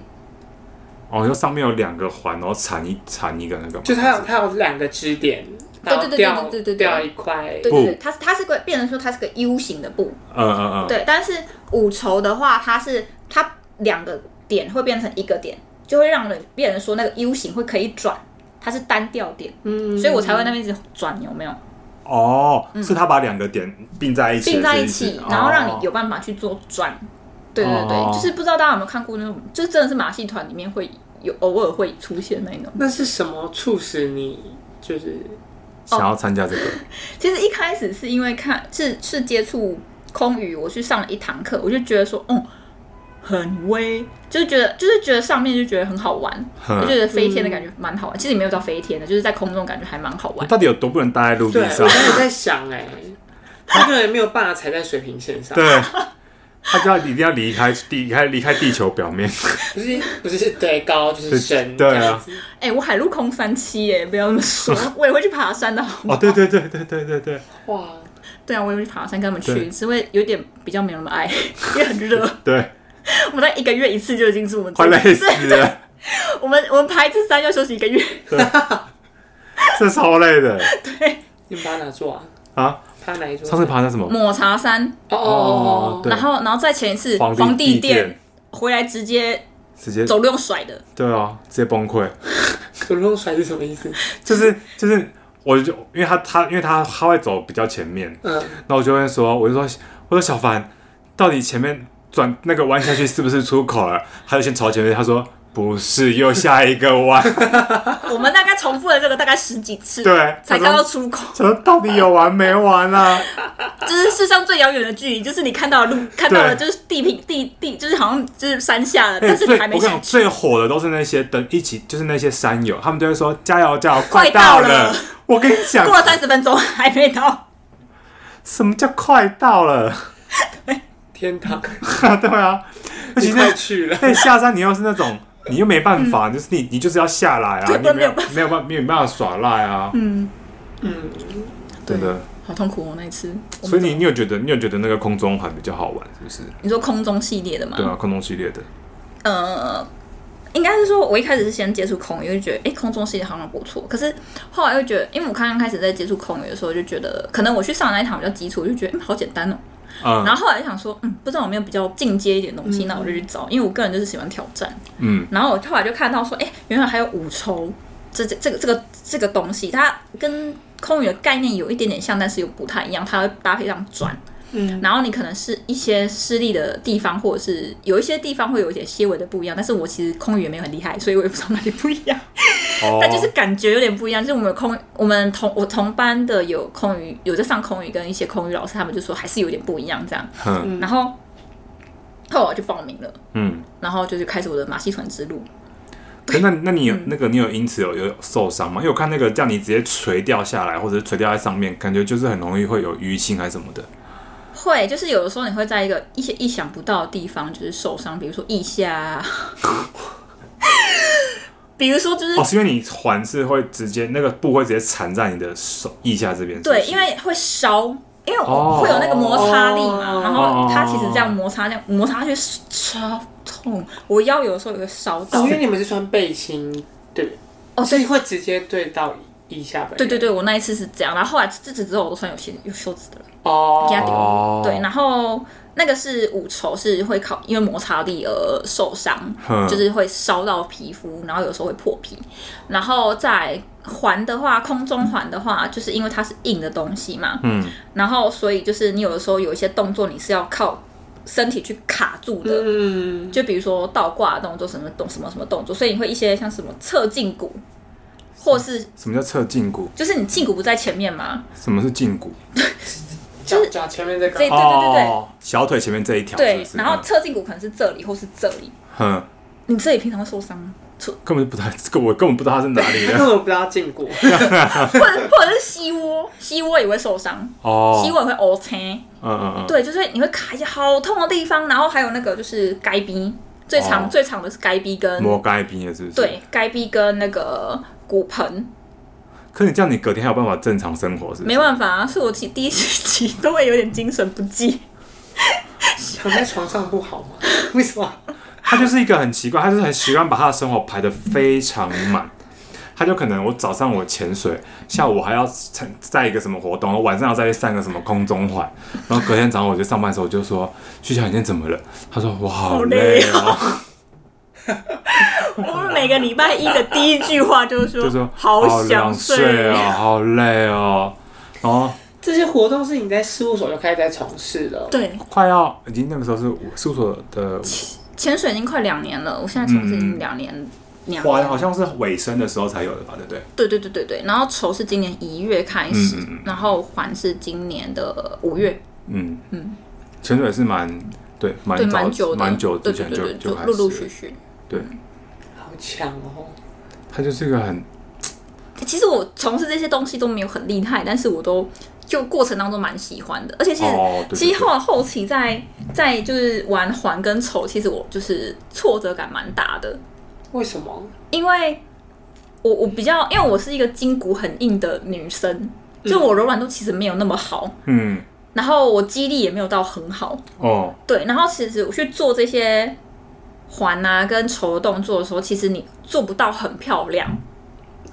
[SPEAKER 2] 哦，就上面有两个环，然后缠一缠一个那个吗，
[SPEAKER 1] 就它有它有两个支点，然后
[SPEAKER 3] 对对对
[SPEAKER 1] 掉
[SPEAKER 3] 对对对对
[SPEAKER 1] 掉一块，
[SPEAKER 3] 对
[SPEAKER 2] 布
[SPEAKER 3] 对对，它是它是个变成说它是个 U 型的布，
[SPEAKER 2] 嗯嗯嗯，
[SPEAKER 3] 对。但是五筹的话，它是它两个点会变成一个点，就会让人变成说那个 U 型会可以转，它是单调点，
[SPEAKER 1] 嗯
[SPEAKER 3] 所以我才会那边一直转，有没有？
[SPEAKER 2] 哦，是他把两个点并在一起，
[SPEAKER 3] 嗯并在
[SPEAKER 2] 是
[SPEAKER 3] 一
[SPEAKER 2] 不是
[SPEAKER 3] 起，然后让
[SPEAKER 2] 哦
[SPEAKER 3] 你有办法去做转。对对对，
[SPEAKER 2] 哦
[SPEAKER 3] 就是不知道大家有没有看过那种，就真的是马戏团里面会有偶尔会出现那种。
[SPEAKER 1] 那是什么促使你就是
[SPEAKER 2] 想要参加这个，
[SPEAKER 3] 其实一开始是因为看是是接触空余，我去上了一堂课，我就觉得说，嗯，很威，就是觉得就是觉得上面就觉得很好玩，
[SPEAKER 2] 嗯
[SPEAKER 3] 就觉得飞天的感觉蛮好玩。其实也没有到飞天的，就是在空中感觉还蛮好玩。
[SPEAKER 2] 到底有多不能搭在陆地
[SPEAKER 1] 对，
[SPEAKER 2] 上
[SPEAKER 1] 我？刚才在想 哎、他可能没有办法踩在水平线上，
[SPEAKER 2] 对，他就要一定要离开离开离开地球表 面。
[SPEAKER 1] 不是不是对高就是深，
[SPEAKER 2] 对啊
[SPEAKER 1] 这样子，
[SPEAKER 3] 哎、我海陆空三栖耶，不要这 么说，我也会去爬山的好吗？
[SPEAKER 2] 哦，对对对对对对对
[SPEAKER 1] 哇，
[SPEAKER 3] 对啊，我也会去爬山，跟他们去，
[SPEAKER 2] 对
[SPEAKER 3] 只会有点比较没有那么爱， 也很热。
[SPEAKER 2] 对，
[SPEAKER 3] 我们在一个月一次就已经是我们
[SPEAKER 2] 快
[SPEAKER 3] 最
[SPEAKER 2] 累死 了，
[SPEAKER 3] 我们我们爬一次山要休息一个月，
[SPEAKER 2] 这超累的
[SPEAKER 1] 你们爬哪座啊？
[SPEAKER 2] 啊！
[SPEAKER 1] 爬哪一座？
[SPEAKER 2] 上次爬那什么
[SPEAKER 3] 抹茶山，
[SPEAKER 1] 哦哦哦
[SPEAKER 2] 对
[SPEAKER 1] 哦，
[SPEAKER 3] 然后然后再前一次
[SPEAKER 2] 皇
[SPEAKER 3] 皇帝
[SPEAKER 2] 殿
[SPEAKER 3] 殿，回来直接
[SPEAKER 2] 直接
[SPEAKER 3] 走路用甩的，
[SPEAKER 2] 对啊，直接崩溃。
[SPEAKER 1] 走路甩是什么意思？
[SPEAKER 2] 就是就是，我就因为他他因为他他会走比较前面，
[SPEAKER 1] 嗯，
[SPEAKER 2] 那我就会说，我就说我说小凡，到底前面转那个弯下去是不是出口了？他就先朝前面，他说不是，又下一个弯。
[SPEAKER 3] 我们大概重复了这个大概十几次，
[SPEAKER 2] 对
[SPEAKER 3] 才刚到出口，
[SPEAKER 2] 这到底有完没完啊？
[SPEAKER 3] 就是世上最遥远的距离，就是你看到 的路，看到了
[SPEAKER 2] 对
[SPEAKER 3] 就是地平地地，就是好像就是山下了，
[SPEAKER 2] 哎，
[SPEAKER 3] 但是
[SPEAKER 2] 最
[SPEAKER 3] 你还没
[SPEAKER 2] 我跟你讲，
[SPEAKER 3] 想
[SPEAKER 2] 最火的都是那些等一起，就是那些山友，他们就会说加油加油，
[SPEAKER 3] 快
[SPEAKER 2] 到
[SPEAKER 3] 到了
[SPEAKER 2] 我跟你讲
[SPEAKER 3] 过，了三十分钟还没到，
[SPEAKER 2] 什么叫快到了？
[SPEAKER 1] 天堂，
[SPEAKER 2] 对啊，而且
[SPEAKER 1] 你
[SPEAKER 2] 那
[SPEAKER 1] 快去了，
[SPEAKER 2] 那下山你又是那种，你又没办法，就是你你就是要下来啊，
[SPEAKER 3] 嗯对
[SPEAKER 2] 你没有
[SPEAKER 3] 没有办
[SPEAKER 2] 没有办没有办法耍赖啊，
[SPEAKER 3] 嗯，
[SPEAKER 1] 嗯，
[SPEAKER 2] 真的。
[SPEAKER 3] 好痛苦哦那一次。我
[SPEAKER 2] 所
[SPEAKER 3] 们
[SPEAKER 2] 以你
[SPEAKER 3] 走
[SPEAKER 2] 你有觉得你有觉得那个空中环比较好玩，是不是？
[SPEAKER 3] 你说空中系列的吗？
[SPEAKER 2] 对啊，空中系列的，
[SPEAKER 3] 呃，应该是说，我一开始是先接触空余，就觉得哎、诶空中系好像不错。可是后来又觉得，因为我刚刚开始在接触空余的时候，就觉得可能我去上那一堂比较基础，我就觉得、嗯、好简单哦。
[SPEAKER 2] 嗯
[SPEAKER 3] 然后后来就想说，嗯，不知道有没有比较进阶一点的东西，那我就去找，因为我个人就是喜欢挑战。
[SPEAKER 2] 嗯，
[SPEAKER 3] 然后我后来就看到说，哎、原来还有五筹，这这这个这个这个东西，它跟空余的概念有一点点像，但是又不太一样，它会搭配上转。
[SPEAKER 1] 嗯，
[SPEAKER 3] 然后你可能是一些失利的地方，或者是有一些地方会有一些些微的不一样，但是我其实空语也没有很厉害，所以我也不知道哪里不一样，
[SPEAKER 2] 哦，
[SPEAKER 3] 但就是感觉有点不一样。就是我们空，我们同我同班的有空语，有在上空语跟一些空语老师，他们就说还是有点不一样这样。
[SPEAKER 2] 嗯
[SPEAKER 3] 然后后来我就报名了，
[SPEAKER 2] 嗯，
[SPEAKER 3] 然后就是开始我的马戏团之路。
[SPEAKER 2] 可那那你
[SPEAKER 3] 嗯
[SPEAKER 2] 有那个你有因此有有受伤吗？因为我看那个叫你直接垂掉下来，或者是垂掉在上面，感觉就是很容易会有淤青还是什么的。
[SPEAKER 3] 会，就是有的时候你会在一个一些意想不到的地方，就是受伤，比如说腋下啊， 比如说就是
[SPEAKER 2] 哦，是因为你环是会直接那个布会直接缠在你的手腋下这边。是不
[SPEAKER 3] 对，
[SPEAKER 2] 是
[SPEAKER 3] 因为会烧，因为
[SPEAKER 2] 哦
[SPEAKER 3] 我会有那个摩擦力嘛，
[SPEAKER 1] 哦
[SPEAKER 3] 然后它其实这样摩擦，这样摩擦下去是超痛，我腰有的时候也会烧到。
[SPEAKER 1] 哦，因为你们是穿背心，对，
[SPEAKER 3] 哦
[SPEAKER 1] 所以会直接对到腋下本人，
[SPEAKER 3] 对对对，我那一次是这样，然后后来自此之后我都穿有鞋有袖子的了，
[SPEAKER 1] 哦，
[SPEAKER 3] 压顶。
[SPEAKER 2] 哦，
[SPEAKER 3] 对，然后那个是五筹，是会靠因为摩擦力而受伤，
[SPEAKER 2] 哼
[SPEAKER 3] 就是会烧到皮肤，然后有时候会破皮。然后在环的话，空中环的话，就是因为它是硬的东西嘛，
[SPEAKER 2] 嗯，
[SPEAKER 3] 然后所以就是你有的时候有一些动作你是要靠身体去卡住的，
[SPEAKER 1] 嗯，
[SPEAKER 3] 就比如说倒挂的动作，什么动什么什么动作，所以你会一些像什么侧胫骨，或是
[SPEAKER 2] 什么叫侧胫骨？
[SPEAKER 3] 就是你胫骨不在前面嘛，
[SPEAKER 2] 什么是胫骨？
[SPEAKER 1] 脚脚前面这
[SPEAKER 3] 这
[SPEAKER 1] 个
[SPEAKER 3] 哎对，对对
[SPEAKER 2] 哦，小腿前面这一条。是
[SPEAKER 3] 对
[SPEAKER 2] 不，是
[SPEAKER 3] 然后侧胫骨可能是这里或是这里，
[SPEAKER 2] 嗯，哼
[SPEAKER 3] 你这里平常会受伤吗，或
[SPEAKER 2] 根本就不太，这个我根本不知道它 是哪里
[SPEAKER 1] 他
[SPEAKER 2] 的。
[SPEAKER 1] 根本不知道进 过，
[SPEAKER 3] 者或者是膝窝，膝窝也会受伤，
[SPEAKER 2] 哦，
[SPEAKER 3] 膝
[SPEAKER 2] 嗯
[SPEAKER 3] 窝也会 O 青，
[SPEAKER 2] 嗯嗯，
[SPEAKER 3] 对，就是你会卡一些好痛的地方，然后还有那个就是该逼，最长、
[SPEAKER 2] 哦
[SPEAKER 3] 最长的是该逼跟
[SPEAKER 2] 摩该冰的是不是？
[SPEAKER 3] 对。该逼跟那个骨盆，
[SPEAKER 2] 可你这样，你隔天还有办法正常生活是不
[SPEAKER 3] 没
[SPEAKER 2] 是？
[SPEAKER 3] 办法、啊，是我第第一期 都会有点精神不济。
[SPEAKER 1] 躺在床上不好吗？为什么？
[SPEAKER 2] 他就是一个很奇怪，他就是很习惯把他的生活排得非常满。他就可能我早上我潜水，下午我还要参在一个什么活动，然后晚上要再去上个什么空中环，然后隔天早上我去上班的时候，我就说徐小你今天怎么了？他说我好累 哦，
[SPEAKER 3] 我们每个礼拜一的第一句话就是 说，
[SPEAKER 2] 就说
[SPEAKER 3] 哦好想
[SPEAKER 2] 想睡哦，好累哦，然后
[SPEAKER 1] 这些活动是你在事务所就开始在从事哦了，
[SPEAKER 3] 对，
[SPEAKER 2] 快要已经那个时候是我事务所的
[SPEAKER 3] 潜水已经快两年了，我现在从事已经两年。两
[SPEAKER 2] 华
[SPEAKER 3] 年
[SPEAKER 2] 好像是尾声的时候才有的吧，对不对？
[SPEAKER 3] 对对对对对，然后筹是今年一月开始，
[SPEAKER 2] 嗯嗯嗯
[SPEAKER 3] 然后还是今年的五月，
[SPEAKER 2] 嗯
[SPEAKER 3] 嗯，
[SPEAKER 2] 潜水是蛮对蛮
[SPEAKER 3] 对，
[SPEAKER 2] 早
[SPEAKER 3] 蛮久的，
[SPEAKER 2] 蛮久
[SPEAKER 3] 对
[SPEAKER 2] 之
[SPEAKER 3] 对
[SPEAKER 2] 前
[SPEAKER 3] 对
[SPEAKER 2] 就
[SPEAKER 3] 对，就
[SPEAKER 2] 开始
[SPEAKER 3] 陆
[SPEAKER 2] 了，
[SPEAKER 3] 陆续续。
[SPEAKER 2] 对，
[SPEAKER 1] 好强哦！
[SPEAKER 2] 他就是一个很
[SPEAKER 3] 其实我从事这些东西都没有很厉害，但是我都就过程当中蛮喜欢的，而且其实
[SPEAKER 2] 哦对对
[SPEAKER 3] 其实
[SPEAKER 2] 对
[SPEAKER 3] 后后期在在就是玩环跟丑，其实我就是挫折感蛮大的，
[SPEAKER 1] 为什么？
[SPEAKER 3] 因为我我比较因为我是一个筋骨很硬的女生，就我柔软度其实没有那么好，
[SPEAKER 2] 嗯
[SPEAKER 3] 然后我肌力也没有到很好，
[SPEAKER 2] 哦
[SPEAKER 3] 对，然后其实我去做这些环啊跟筹的动作的时候，其实你做不到很漂亮，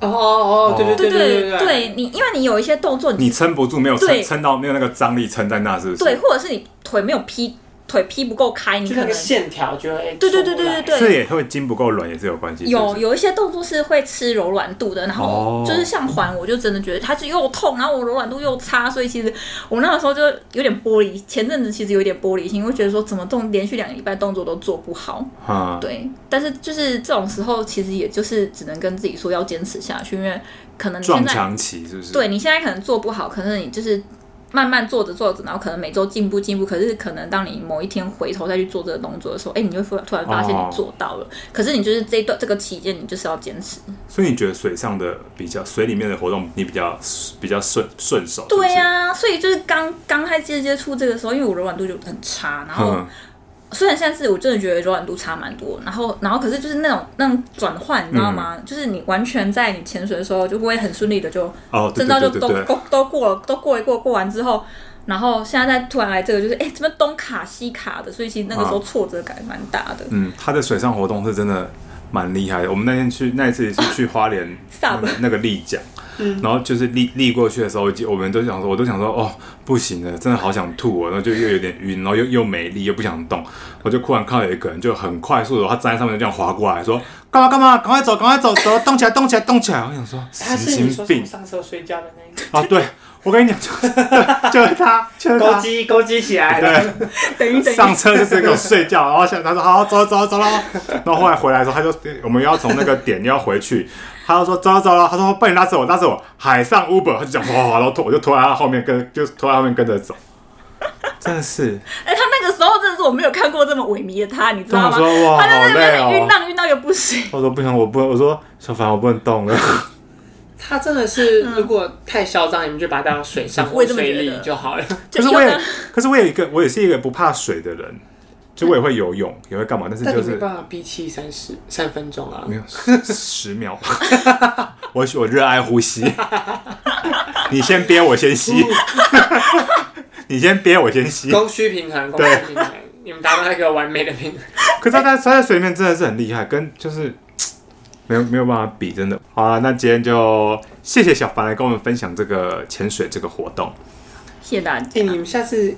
[SPEAKER 1] 哦哦哦，对对
[SPEAKER 3] 对
[SPEAKER 1] 对
[SPEAKER 3] 对
[SPEAKER 1] 对
[SPEAKER 3] 你因为你有一些动作
[SPEAKER 2] 你撑不住，没有撑
[SPEAKER 3] 对
[SPEAKER 2] 撑到没有那个张力撑在那，是不是？
[SPEAKER 3] 对，，或者是你腿没有劈，腿劈不够开，你
[SPEAKER 1] 就
[SPEAKER 3] 可
[SPEAKER 1] 那
[SPEAKER 3] 能
[SPEAKER 1] 个线条就会
[SPEAKER 3] 对对对对对
[SPEAKER 1] 对，
[SPEAKER 2] 这
[SPEAKER 3] 对，
[SPEAKER 2] 也会筋不够软也是有关系。是
[SPEAKER 3] 有
[SPEAKER 2] 不是
[SPEAKER 3] 有一些动作是会吃柔软度的，然后
[SPEAKER 2] 哦
[SPEAKER 3] 就是像环，我就真的觉得它是又痛，然后我柔软度又差，所以其实我那个时候就有点玻璃，前阵子其实有点玻璃心，会觉得说怎么动连续两个礼拜动作都做不好，
[SPEAKER 2] 啊，
[SPEAKER 3] 对，但是就是这种时候，其实也就是只能跟自己说要坚持下去，因为可能你现
[SPEAKER 2] 撞
[SPEAKER 3] 在
[SPEAKER 2] 墙期是不是？
[SPEAKER 3] 对你现在可能做不好，可是你就是慢慢做着做着，然后可能每周进步进步，可是可能当你某一天回头再去做这个动作的时候，哎，你就会突然发现
[SPEAKER 2] 哦
[SPEAKER 3] 你做到了，可是你就是这一段这个期间，你就是要坚持。
[SPEAKER 2] 所以你觉得水上的比较水里面的活动你比较比较顺顺手？是不是
[SPEAKER 3] 对、啊呀、所以就是刚刚开始接触这个时候，因为我柔软度就很差，然后、
[SPEAKER 2] 嗯，
[SPEAKER 3] 虽然现在是我真的觉得柔软度差蛮多，然后然后可是就是那种那种转换，你知道
[SPEAKER 2] 嗯
[SPEAKER 3] 吗？就是你完全在你潜水的时候就会很顺利的就
[SPEAKER 2] 哦，对
[SPEAKER 3] 真到
[SPEAKER 2] 对
[SPEAKER 3] 就
[SPEAKER 2] 对
[SPEAKER 3] 都
[SPEAKER 2] 对对，
[SPEAKER 3] 都都过了，都过一过过完之后，然后现在再突然来这个，就是哎、怎么东卡西卡的，所以其实那个时候挫折感蛮大的。
[SPEAKER 2] 啊嗯，他的水上活动是真的蛮厉害的。我们那天去那一次是去花 莲
[SPEAKER 3] Sub
[SPEAKER 2] 那个那个立桨，
[SPEAKER 1] 嗯
[SPEAKER 2] 然后就是立立过去的时候，我们都想说，我都想说，哦，不行了，真的好想吐哦，然后就又有点晕，然后又又没力，又不想动，我就忽然看到有一个人就很快速的，他站在上面就这样滑过来说。干嘛干嘛，赶快走，赶快走，走，动起来，动起来，动起来！我想说，
[SPEAKER 1] 他
[SPEAKER 2] 神
[SPEAKER 1] 是你
[SPEAKER 2] 经
[SPEAKER 1] 说什么
[SPEAKER 2] 病
[SPEAKER 1] 上车睡觉的那一个，
[SPEAKER 2] 啊！对，我跟你讲， 就是就是他，就是
[SPEAKER 1] 勾
[SPEAKER 2] 他，
[SPEAKER 1] 机勾机起来了，
[SPEAKER 2] 对，
[SPEAKER 3] 等于 等
[SPEAKER 2] 上
[SPEAKER 3] 于，
[SPEAKER 2] 车就是给我睡觉，然后想他说好走了走了走了，然后后来回来的时候他就我们要从那个点要回去，他就说走了走了，他说不然你拉着我拉着我，海上 Uber，他就讲哗哗哗，然后拖我就拖在他后面跟就拖在他后面跟着走，真的是，
[SPEAKER 3] 哎、他那个时候真的是我没有看过这么萎靡的他，你知道吗？
[SPEAKER 2] 我说哇
[SPEAKER 3] 他在那边
[SPEAKER 2] 好累哦
[SPEAKER 3] 晕浪晕到也不行。
[SPEAKER 2] 我说不行我不我说小凡我不能动了，
[SPEAKER 1] 他真的是如果太嚣张，你们就把他带到水上
[SPEAKER 3] 嗯我
[SPEAKER 1] 或
[SPEAKER 3] 也这么
[SPEAKER 1] 水
[SPEAKER 3] 觉得
[SPEAKER 1] 里就好了。
[SPEAKER 2] 可
[SPEAKER 3] 就是又
[SPEAKER 2] 我也
[SPEAKER 3] 跟
[SPEAKER 2] 可是我有一个我也是一个不怕水的人，就我也会游泳也会干嘛，但是
[SPEAKER 1] 但
[SPEAKER 2] 就
[SPEAKER 1] 你没
[SPEAKER 2] 是
[SPEAKER 1] 办法憋气三十三分钟啊
[SPEAKER 2] 没！有十十秒 吧，我我热爱呼吸。 你先憋，我先吸。你先憋，我先吸。
[SPEAKER 1] 供需平衡，供需平衡，你们达到一个完美的平衡。
[SPEAKER 2] 可是
[SPEAKER 1] 哎
[SPEAKER 2] 他在他在水里面真的是很厉害，跟就是没有没有办法比，真的。好了，那今天就谢谢小凡来跟我们分享这个潜水这个活动。
[SPEAKER 3] 谢谢大家
[SPEAKER 1] 哎、，你们下次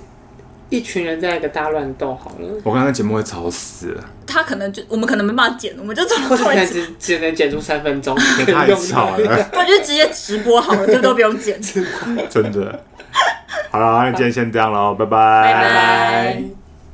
[SPEAKER 1] 一群人再来个大乱斗好了，
[SPEAKER 2] 我刚刚节目会吵死了，
[SPEAKER 3] 他可能就我们可能没办法剪，我们就从
[SPEAKER 1] 或者
[SPEAKER 3] 突然
[SPEAKER 1] 只能只能剪出三分 钟，
[SPEAKER 2] 也
[SPEAKER 1] 可以
[SPEAKER 2] 太
[SPEAKER 1] 用
[SPEAKER 2] 吵 了，
[SPEAKER 3] 我就直接直播好了，就都不用剪。
[SPEAKER 2] 真的。好了，那今天先这样喽，拜
[SPEAKER 3] 拜
[SPEAKER 1] 拜
[SPEAKER 3] 拜
[SPEAKER 1] 拜。